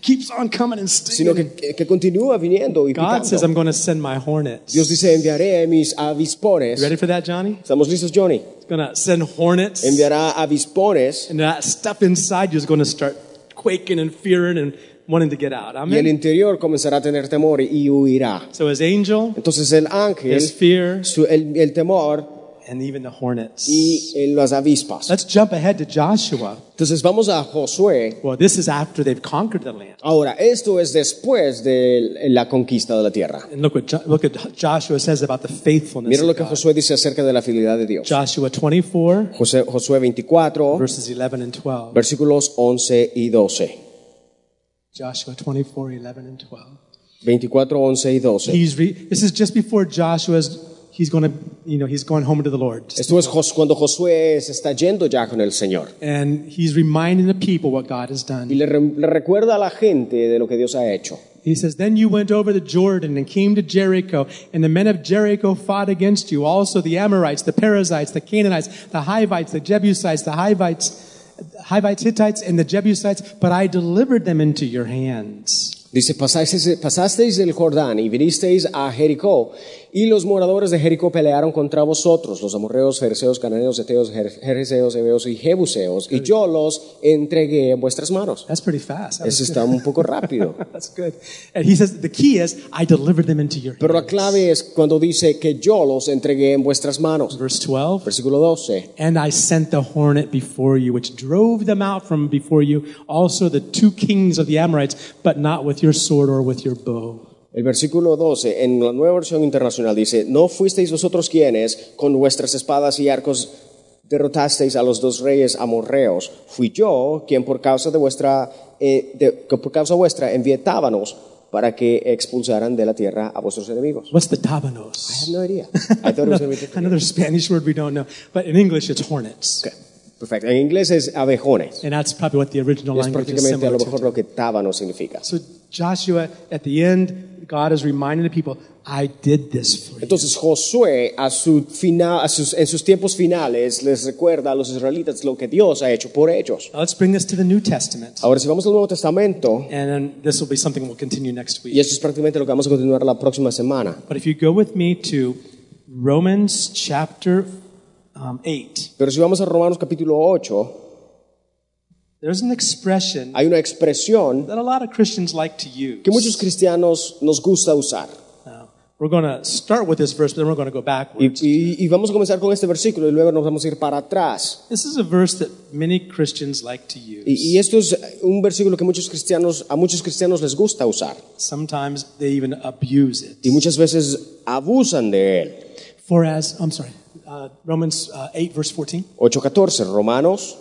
Speaker 2: Keeps on coming and
Speaker 3: sino
Speaker 2: stinging.
Speaker 3: que, que- que continúa viniendo y
Speaker 2: God says,
Speaker 3: picando.
Speaker 2: I'm going to send my hornets.
Speaker 3: Dios dice, enviaré mis
Speaker 2: You ready
Speaker 3: avispones.
Speaker 2: for that, Johnny?
Speaker 3: ¿Estamos listos, Johnny?
Speaker 2: It's going to send hornets.
Speaker 3: Enviará avispones
Speaker 2: And that stuff inside you is going to start quaking and fearing and wanting to get out.
Speaker 3: y el
Speaker 2: Amen.
Speaker 3: interior comenzará a tener temor y huirá.
Speaker 2: So his angel,
Speaker 3: Entonces el ángel,
Speaker 2: his fear,
Speaker 3: su- el, el temor
Speaker 2: and even the hornets.
Speaker 3: y eh, las avispas.
Speaker 2: Let's jump ahead to Joshua.
Speaker 3: Entonces vamos a Josué.
Speaker 2: Well, this is after they've conquered the land.
Speaker 3: Ahora, esto es después de la conquista de la tierra.
Speaker 2: And look what Jo- look at Joshua says about the faithfulness
Speaker 3: Mira lo
Speaker 2: of
Speaker 3: que
Speaker 2: God.
Speaker 3: Josué dice acerca de la fidelidad de Dios.
Speaker 2: Joshua 24,
Speaker 3: José- Josué 24,
Speaker 2: verses 11 and 12.
Speaker 3: versículos 11 y 12.
Speaker 2: Joshua 24, 11 and 12.
Speaker 3: 24, 11 y 12.
Speaker 2: He's re- this is just before Joshua's, he's going to, you know, he's going home to the Lord.
Speaker 3: Esto es Jos- cuando Josué se está yendo ya con el Señor.
Speaker 2: And he's reminding the people what God has
Speaker 3: Y
Speaker 2: done.
Speaker 3: le, re- le recuerda a la gente de lo que Dios ha hecho.
Speaker 2: He says, Then you went over the Jordan and came to Jericho, and the men of Jericho fought against you. Also the Amorites, the Perizzites, the Canaanites, the Hivites, the Jebusites, the Hivites, Hivites, Hittites, and the Jebusites, but I delivered them into your hands.
Speaker 3: Dice, pasasteis, pasasteis del Jordán y vinisteis a Jericó, y los moradores de Jericó pelearon contra vosotros, los amorreos, fereceos, cananeos, eteos, jer- jerseos, heveos y jebuseos, y yo los entregué en vuestras manos.
Speaker 2: That's pretty fast. That was
Speaker 3: Eso
Speaker 2: good. (laughs)
Speaker 3: está un poco rápido.
Speaker 2: That's good. And he says, The key is, I delivered them into your
Speaker 3: Pero la
Speaker 2: hands.
Speaker 3: clave es cuando dice que yo los entregué en vuestras manos.
Speaker 2: Verse 12.
Speaker 3: Versículo 12.
Speaker 2: And I sent the hornet before you, which drove them out from before you, also the two kings of the Amorites, but not with your sword or with your bow.
Speaker 3: El versículo 12 en la nueva versión internacional dice, no fuisteis vosotros quienes con vuestras espadas y arcos derrotasteis a los dos reyes amorreos, fui yo quien por causa de vuestra eh, de- que por causa vuestra envié tábanos para que expulsaran de la tierra a vuestros enemigos.
Speaker 2: What's the
Speaker 3: I
Speaker 2: tabanos?
Speaker 3: have no idea. (laughs) I thought it was gonna be
Speaker 2: (laughs)
Speaker 3: different.
Speaker 2: Another Spanish word we don't know, but in English it's hornets.
Speaker 3: Okay, Perfecto. En inglés es abejones.
Speaker 2: And that's probably what the original
Speaker 3: Es
Speaker 2: language is
Speaker 3: prácticamente a
Speaker 2: similar
Speaker 3: lo mejor
Speaker 2: to.
Speaker 3: lo que tábano significa.
Speaker 2: So Joshua, at the end, God is reminding the people, I did this for you.
Speaker 3: Entonces Josué a su fina- a sus- en sus tiempos finales les recuerda a los israelitas lo que Dios ha hecho por ellos.
Speaker 2: Now let's bring this to the New Testament.
Speaker 3: Ahora si vamos al Nuevo Testamento,
Speaker 2: And then this will be something we'll continue next
Speaker 3: y
Speaker 2: week.
Speaker 3: esto es prácticamente lo que vamos a continuar la próxima semana,
Speaker 2: But if you go with me to Romans chapter um, 8,
Speaker 3: pero si vamos a Romanos capítulo 8,
Speaker 2: There's an expression
Speaker 3: Hay una expresión
Speaker 2: that a lot of Christians like to use.
Speaker 3: que muchos cristianos nos gusta usar.
Speaker 2: Now, we're going to start with this verse, but then we're going to go
Speaker 3: Y,
Speaker 2: backwards.
Speaker 3: y- y vamos a comenzar con este versículo y luego nos vamos a ir para atrás.
Speaker 2: This is a verse that many Christians like to
Speaker 3: Y,
Speaker 2: use.
Speaker 3: y esto es un versículo que muchos cristianos, a muchos cristianos les gusta usar.
Speaker 2: Sometimes they even abuse it.
Speaker 3: Y muchas veces abusan de él.
Speaker 2: For as, I'm sorry, uh, Romans uh, 8, verse 14.
Speaker 3: 8.14, Romanos.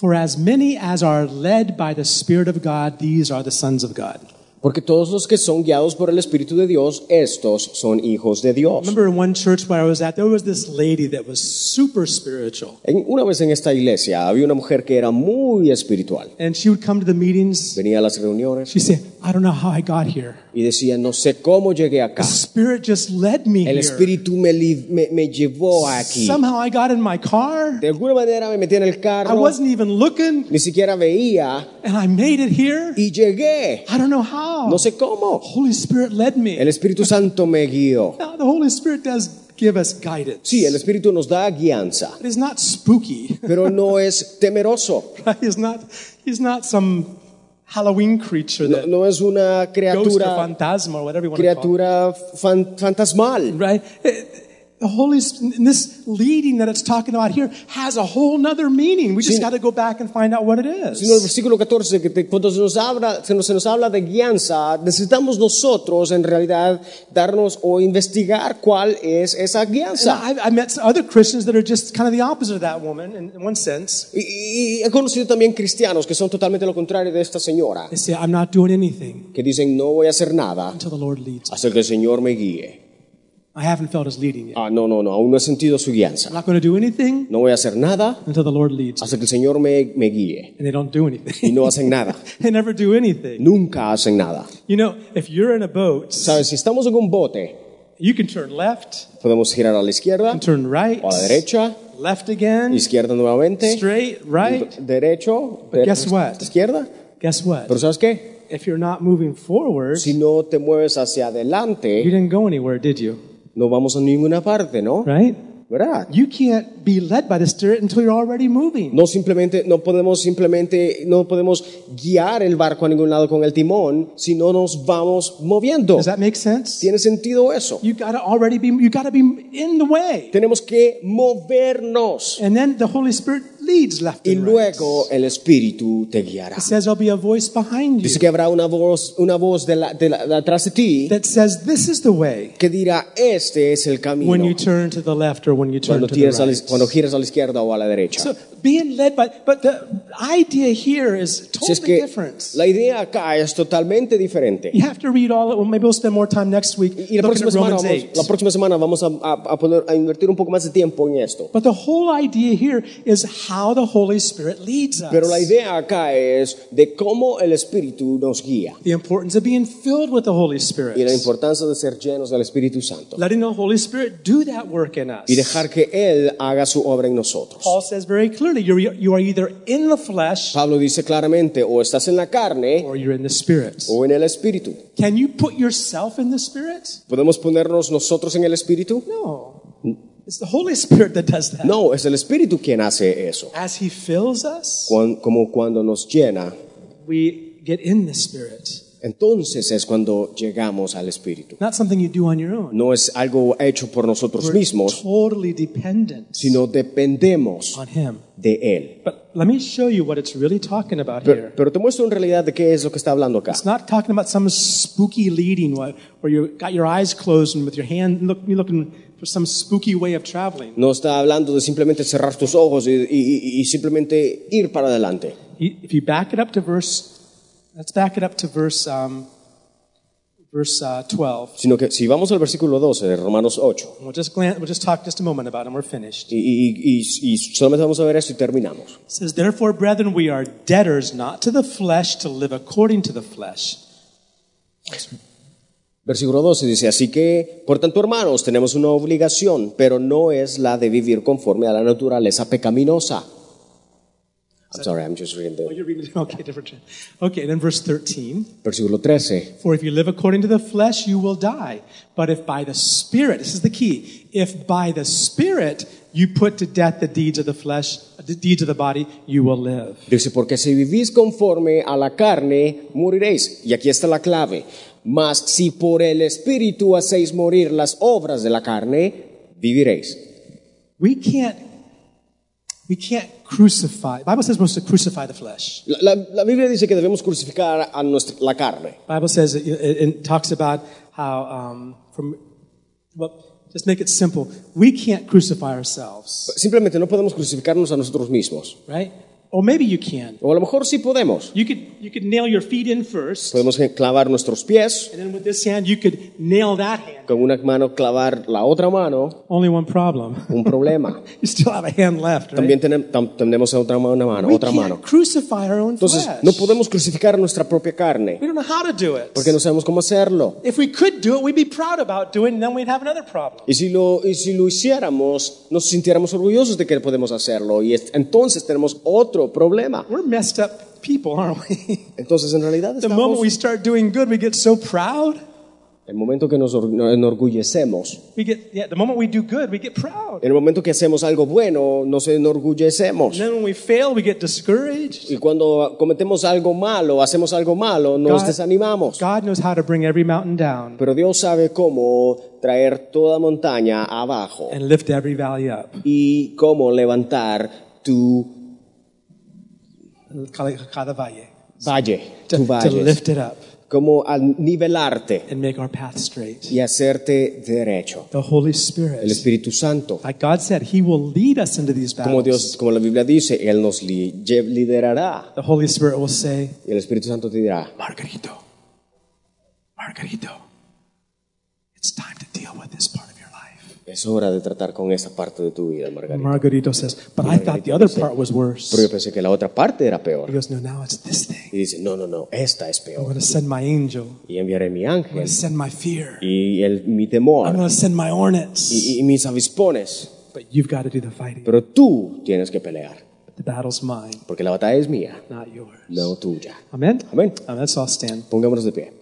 Speaker 2: For as many as are led by the Spirit of God, these are the sons of God.
Speaker 3: Porque todos los que son guiados por el Espíritu de Dios, estos son hijos de Dios.
Speaker 2: Remember in one church where I was at, there was this lady that was super spiritual.
Speaker 3: En- una vez en esta iglesia había una mujer que era muy espiritual.
Speaker 2: And she would come to the meetings.
Speaker 3: Venía a las reuniones
Speaker 2: She'd say, I don't know how I got here.
Speaker 3: y decía, no sé cómo llegué
Speaker 2: The
Speaker 3: acá.
Speaker 2: Spirit just led me
Speaker 3: El
Speaker 2: here.
Speaker 3: Espíritu me, li- me- me llevó aquí.
Speaker 2: Somehow I got in my car.
Speaker 3: De alguna manera me metí en el
Speaker 2: I
Speaker 3: carro,
Speaker 2: wasn't even looking.
Speaker 3: ni siquiera veía
Speaker 2: And I made it here.
Speaker 3: y llegué.
Speaker 2: I don't know how.
Speaker 3: No sé cómo.
Speaker 2: Holy Spirit led me.
Speaker 3: El Espíritu Santo me guió.
Speaker 2: Now, the Holy Spirit does give us guidance.
Speaker 3: Sí, el Espíritu nos da guianza,
Speaker 2: It is not spooky. (laughs)
Speaker 3: pero no es temeroso.
Speaker 2: Right? He's not. He's not some Halloween creature
Speaker 3: No,
Speaker 2: that
Speaker 3: no es una
Speaker 2: ghost or
Speaker 3: criatura,
Speaker 2: phantasma or whatever you want to call it.
Speaker 3: criatura fan- fantasmal.
Speaker 2: Right? Eh, The Holy Sp- and this leading that it's talking about here has a whole nother meaning. We just
Speaker 3: Sí.
Speaker 2: got to go back and find out what it
Speaker 3: Sino el
Speaker 2: is.
Speaker 3: versículo 14, que te- cuando se nos, habla, se, nos, se nos habla de guianza, necesitamos nosotros en realidad darnos o investigar cuál es esa
Speaker 2: And
Speaker 3: guianza.
Speaker 2: I've, I met some other Christians that are just kind of the opposite of that woman in, in one sense.
Speaker 3: Y, y- y he conocido también cristianos que son totalmente lo contrario de esta señora,
Speaker 2: They say, "I'm not doing anything
Speaker 3: que dicen no voy a hacer nada
Speaker 2: until the Lord leads." me."
Speaker 3: hasta que el Señor me guíe.
Speaker 2: I haven't felt His leading yet.
Speaker 3: Ah, no, no, no, aún no he sentido su
Speaker 2: I'm
Speaker 3: guianza.
Speaker 2: not going to do anything
Speaker 3: No voy a hacer nada
Speaker 2: until the Lord leads, me.
Speaker 3: hasta que el Señor me, me guíe.
Speaker 2: and they don't do
Speaker 3: Y
Speaker 2: anything. (laughs)
Speaker 3: no hacen nada,
Speaker 2: they never do anything.
Speaker 3: nunca hacen nada.
Speaker 2: You know, if you're in a boat,
Speaker 3: Sabes, si estamos en un bote,
Speaker 2: you can turn left,
Speaker 3: podemos girar a la izquierda
Speaker 2: and turn right,
Speaker 3: o a la derecha,
Speaker 2: left again,
Speaker 3: izquierda nuevamente.
Speaker 2: straight, right.
Speaker 3: derecho,
Speaker 2: But guess what?
Speaker 3: izquierda.
Speaker 2: Guess what?
Speaker 3: Pero ¿sabes qué?
Speaker 2: If you're not moving forward,
Speaker 3: Si no te mueves hacia
Speaker 2: you
Speaker 3: adelante,
Speaker 2: didn't go anywhere, did you?
Speaker 3: no vamos a ninguna parte, ¿no?
Speaker 2: Right?
Speaker 3: ¿Verdad?
Speaker 2: You can't be led by the Spirit until you're already moving.
Speaker 3: No simplemente, no podemos simplemente, no podemos guiar el barco a ningún lado con el timón si no nos vamos moviendo.
Speaker 2: Does that make sense?
Speaker 3: ¿Tiene sentido eso?
Speaker 2: You gotta already be. You gotta be in the way,
Speaker 3: Tenemos que movernos
Speaker 2: and then the Holy Spirit leads left
Speaker 3: y
Speaker 2: and right.
Speaker 3: luego el Espíritu te guiará.
Speaker 2: It says there'll be a voice behind
Speaker 3: Dice
Speaker 2: you
Speaker 3: que habrá una voz, una voz de la, de la- de atrás de ti
Speaker 2: that says this is the way
Speaker 3: que dirá, este es el camino.
Speaker 2: when you turn to the left or when you turn
Speaker 3: cuando,
Speaker 2: to the
Speaker 3: tiras a la- cuando
Speaker 2: right.
Speaker 3: giras a la izquierda o a la derecha.
Speaker 2: So being led by, but the idea here is
Speaker 3: Si es
Speaker 2: totally
Speaker 3: que
Speaker 2: different.
Speaker 3: la idea acá es totalmente diferente.
Speaker 2: You have to read all. Well, maybe we'll spend more time next week
Speaker 3: Y la
Speaker 2: looking
Speaker 3: próxima
Speaker 2: at
Speaker 3: semana
Speaker 2: Romans
Speaker 3: vamos,
Speaker 2: 8.
Speaker 3: la próxima semana vamos a, a- a poner- a invertir un poco más de tiempo en esto.
Speaker 2: But the whole idea here is how the Holy Spirit leads us.
Speaker 3: Pero la idea acá es de cómo el Espíritu nos guía
Speaker 2: the importance of being filled with the Holy Spirit.
Speaker 3: y la importancia de ser llenos del Espíritu Santo
Speaker 2: Letting the Holy Spirit do that work in us.
Speaker 3: y dejar que Él haga su obra en nosotros.
Speaker 2: Paul says very clearly, you're, you are either in the flesh
Speaker 3: Pablo dice claramente, o estás en la carne
Speaker 2: or you're in the Spirit.
Speaker 3: o en el Espíritu.
Speaker 2: Can you put yourself in the Spirit?
Speaker 3: ¿Podemos ponernos nosotros en el Espíritu?
Speaker 2: No. It's the Holy Spirit that does that.
Speaker 3: No, es el Espíritu quien hace eso.
Speaker 2: As He fills us,
Speaker 3: Cuan- como cuando nos llena
Speaker 2: we get in the Spirit.
Speaker 3: Entonces es cuando llegamos al Espíritu.
Speaker 2: Not something you do on your own.
Speaker 3: No es algo hecho por nosotros mismos,
Speaker 2: totally dependent
Speaker 3: sino dependemos
Speaker 2: on Him.
Speaker 3: de Él.
Speaker 2: But let me show you what it's really talking about
Speaker 3: Pero,
Speaker 2: here.
Speaker 3: pero te muestro en realidad de qué es lo que está hablando acá.
Speaker 2: It's not talking about some spooky leading where, where you got your eyes closed and with your hand look, you're looking for some spooky way of traveling.
Speaker 3: No está hablando de simplemente cerrar tus ojos y, y- y- y simplemente ir para adelante.
Speaker 2: You- If you back it up to verse, let's back it up to verse um, verse uh, 12.
Speaker 3: Sino que si vamos al versículo 12 de Romanos 8
Speaker 2: We'll just glance, we'll just talk just a moment about it and we're finished.
Speaker 3: y, y- y- y solamente vamos a ver esto y terminamos.
Speaker 2: It says, Therefore, brethren, we are debtors not to the flesh to live according to the flesh.
Speaker 3: Versículo 12 dice, así que, por tanto, hermanos, tenemos una obligación, pero no es la de vivir conforme a la naturaleza pecaminosa. I'm sorry, I'm just reading
Speaker 2: Oh,
Speaker 3: the
Speaker 2: you're reading (laughs) it. Okay, different. trend. Okay, then verse 13.
Speaker 3: versículo 13.
Speaker 2: For if you live according to the flesh, you will die. But if by the Spirit, this is the key, if by the Spirit you put to death the deeds of the flesh, the deeds of the body, you will live.
Speaker 3: Dice, porque si vivís conforme a la carne, moriréis. Y aquí está la clave. Mas si por el Espíritu hacéis morir las obras de la carne, viviréis.
Speaker 2: We can't, we can't crucify. Bible says we're supposed to crucify the flesh.
Speaker 3: La, la- la Biblia dice que debemos crucificar a nuestra, la carne.
Speaker 2: Bible says it, it, it talks about how um, from well, just make it simple. We can't crucify ourselves,
Speaker 3: Simplemente no podemos crucificarnos a nosotros mismos.
Speaker 2: right? Or maybe you can.
Speaker 3: O a lo mejor sí podemos.
Speaker 2: You could you could nail your feet in first, and
Speaker 3: Podemos clavar nuestros pies,
Speaker 2: then with this hand you could nail that hand.
Speaker 3: con una mano clavar la otra mano,
Speaker 2: Only one problem. (laughs)
Speaker 3: un problema.
Speaker 2: You still have a hand left, right?
Speaker 3: También tenem- tam- tenemos otra mano, una mano,
Speaker 2: We
Speaker 3: otra mano.
Speaker 2: can't crucify our own
Speaker 3: Entonces,
Speaker 2: flesh.
Speaker 3: no podemos crucificar nuestra propia carne,
Speaker 2: We don't know how to do it.
Speaker 3: porque no sabemos cómo hacerlo.
Speaker 2: If we could do it, we'd be proud about doing it, and then we'd have another problem.
Speaker 3: Y si, lo, y si lo hiciéramos, nos sintiéramos orgullosos de que podemos hacerlo. Y es- entonces tenemos otro problema.
Speaker 2: We're messed up people, aren't
Speaker 3: (laughs)
Speaker 2: we?
Speaker 3: Entonces, en realidad,
Speaker 2: the moment
Speaker 3: estamos,
Speaker 2: we start doing good, we get so proud.
Speaker 3: el momento que nos or- nos enorgullecemos,
Speaker 2: We get yeah, the moment we do good, we get proud.
Speaker 3: en el momento que hacemos algo bueno, nos enorgullecemos.
Speaker 2: And then when we fail, we get discouraged.
Speaker 3: Y cuando cometemos algo malo, hacemos algo malo, nos
Speaker 2: God-
Speaker 3: desanimamos.
Speaker 2: God knows how to bring every mountain down
Speaker 3: Pero Dios sabe cómo traer toda montaña abajo
Speaker 2: and lift every valley up.
Speaker 3: y cómo levantar tu
Speaker 2: Cada- cada valle.
Speaker 3: valle,
Speaker 2: To,
Speaker 3: tu
Speaker 2: to
Speaker 3: valle,
Speaker 2: lift it up
Speaker 3: cómo al nivelarte
Speaker 2: and make our path straight.
Speaker 3: y hacerte derecho.
Speaker 2: The Holy
Speaker 3: El
Speaker 2: Spirit.
Speaker 3: Espíritu Santo,
Speaker 2: Like God said, He will lead us into these
Speaker 3: como
Speaker 2: battles.
Speaker 3: Dios, como la Biblia dice, él nos li- lle- liderará.
Speaker 2: The Holy Spirit will say,
Speaker 3: Y el Espíritu Santo te dirá,
Speaker 2: Margarito, Margarito, it's time to deal with this part of your life.
Speaker 3: es hora de tratar con esa parte de tu vida, Margarita.
Speaker 2: Margarito says, but I thought the other part was worse.
Speaker 3: Pero yo pensé que la otra parte era
Speaker 2: He
Speaker 3: peor.
Speaker 2: goes, no, now it's this thing.
Speaker 3: Y dice, no, no, no, esta es
Speaker 2: I'm
Speaker 3: peor.
Speaker 2: going to send my angel.
Speaker 3: Y enviaré mi
Speaker 2: I'm going
Speaker 3: ángel
Speaker 2: to send my fear.
Speaker 3: y el, mi
Speaker 2: I'm
Speaker 3: temor
Speaker 2: going to send my
Speaker 3: y,
Speaker 2: hornets.
Speaker 3: y- y mis avispones.
Speaker 2: But you've got to do the fighting.
Speaker 3: Pero tú tienes que pelear,
Speaker 2: The battle's mine,
Speaker 3: porque la batalla es mía,
Speaker 2: not yours.
Speaker 3: no tuya.
Speaker 2: Amen?
Speaker 3: Amén.
Speaker 2: Uh, Let's all stand.
Speaker 3: Pongámonos de pie.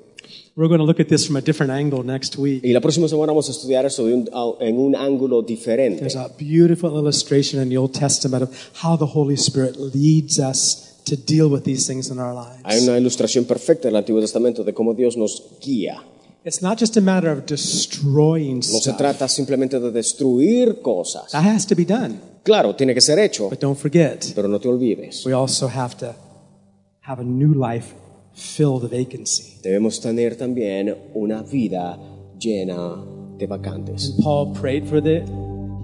Speaker 2: We're going to look at this from a different angle next week.
Speaker 3: Y la próxima semana vamos a estudiar eso de un- a- en un ángulo diferente.
Speaker 2: There's a beautiful illustration in the Old Testament of how the Holy Spirit leads us to deal with these things in our
Speaker 3: Hay
Speaker 2: lives.
Speaker 3: una ilustración perfecta del Antiguo Testamento de cómo Dios nos guía.
Speaker 2: It's not just a matter of destroying
Speaker 3: No se
Speaker 2: stuff.
Speaker 3: trata simplemente de destruir cosas.
Speaker 2: That has to be done.
Speaker 3: Claro, tiene que ser hecho,
Speaker 2: But don't forget,
Speaker 3: pero no te olvides.
Speaker 2: we also have to have a new life fill the vacancy.
Speaker 3: Debemos tener también una vida llena de vacantes.
Speaker 2: Paul prayed for the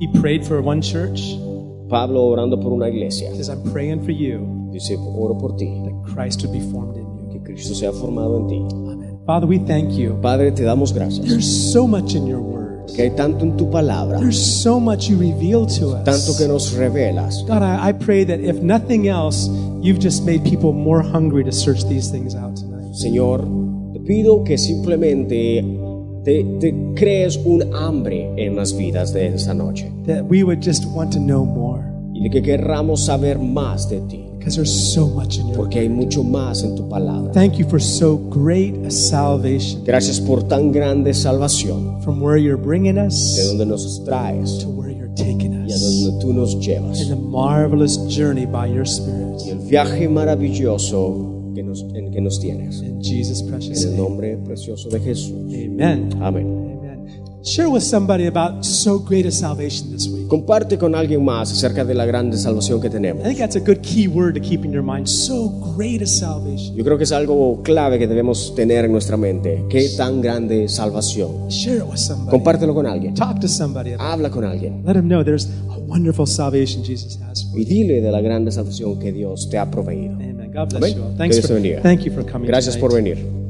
Speaker 2: he prayed for one church. He
Speaker 3: Pablo orando por una iglesia
Speaker 2: says, I'm praying for you
Speaker 3: dice, oro por ti,
Speaker 2: that Christ would be formed in
Speaker 3: que Cristo sea formado en ti.
Speaker 2: you. Amen. Father, we thank you.
Speaker 3: Padre, te damos gracias,
Speaker 2: There's so much in your word.
Speaker 3: que hay tanto en tu palabra,
Speaker 2: There's so much you reveal to us.
Speaker 3: tanto que nos revelas.
Speaker 2: God, I, I pray that if nothing else, you've just made people more hungry to search these things out tonight.
Speaker 3: Señor, te pido que simplemente te, te crees un hambre en las vidas de esta noche
Speaker 2: That we would just want to know more
Speaker 3: y de que querramos saber más de ti,
Speaker 2: because there's so much in your word.
Speaker 3: porque hay mucho más en tu palabra.
Speaker 2: Thank you for so great a salvation
Speaker 3: Gracias por tan grande salvación,
Speaker 2: from where you're bringing
Speaker 3: de
Speaker 2: us
Speaker 3: donde nos traes
Speaker 2: to where you're taking
Speaker 3: y a
Speaker 2: us
Speaker 3: donde tú nos llevas.
Speaker 2: in the marvelous journey by your Spirit.
Speaker 3: Y el viaje maravilloso que nos, en que nos tienes.
Speaker 2: In Jesus' precious
Speaker 3: En el
Speaker 2: name.
Speaker 3: nombre precioso de Jesús.
Speaker 2: Amen.
Speaker 3: Amén.
Speaker 2: Amen. Share with somebody about so great a salvation this week.
Speaker 3: Comparte con alguien más acerca de la grande salvación que
Speaker 2: I
Speaker 3: tenemos.
Speaker 2: think that's a good key word to keep in your mind. So great a salvation.
Speaker 3: Yo creo que es algo clave que debemos tener en nuestra mente. Qué tan grande salvación.
Speaker 2: Share it with somebody.
Speaker 3: Compártelo con alguien.
Speaker 2: Talk to somebody. About
Speaker 3: Habla con alguien.
Speaker 2: it. Let them know there's a wonderful salvation Jesus has for you.
Speaker 3: Y dile de la grande salvación que Dios te ha proveído.
Speaker 2: Amen. God bless
Speaker 3: Amén.
Speaker 2: you all. Thanks
Speaker 3: Que Dios
Speaker 2: for,
Speaker 3: te bendiga.
Speaker 2: thank you for coming.
Speaker 3: Gracias
Speaker 2: tonight.
Speaker 3: por venir.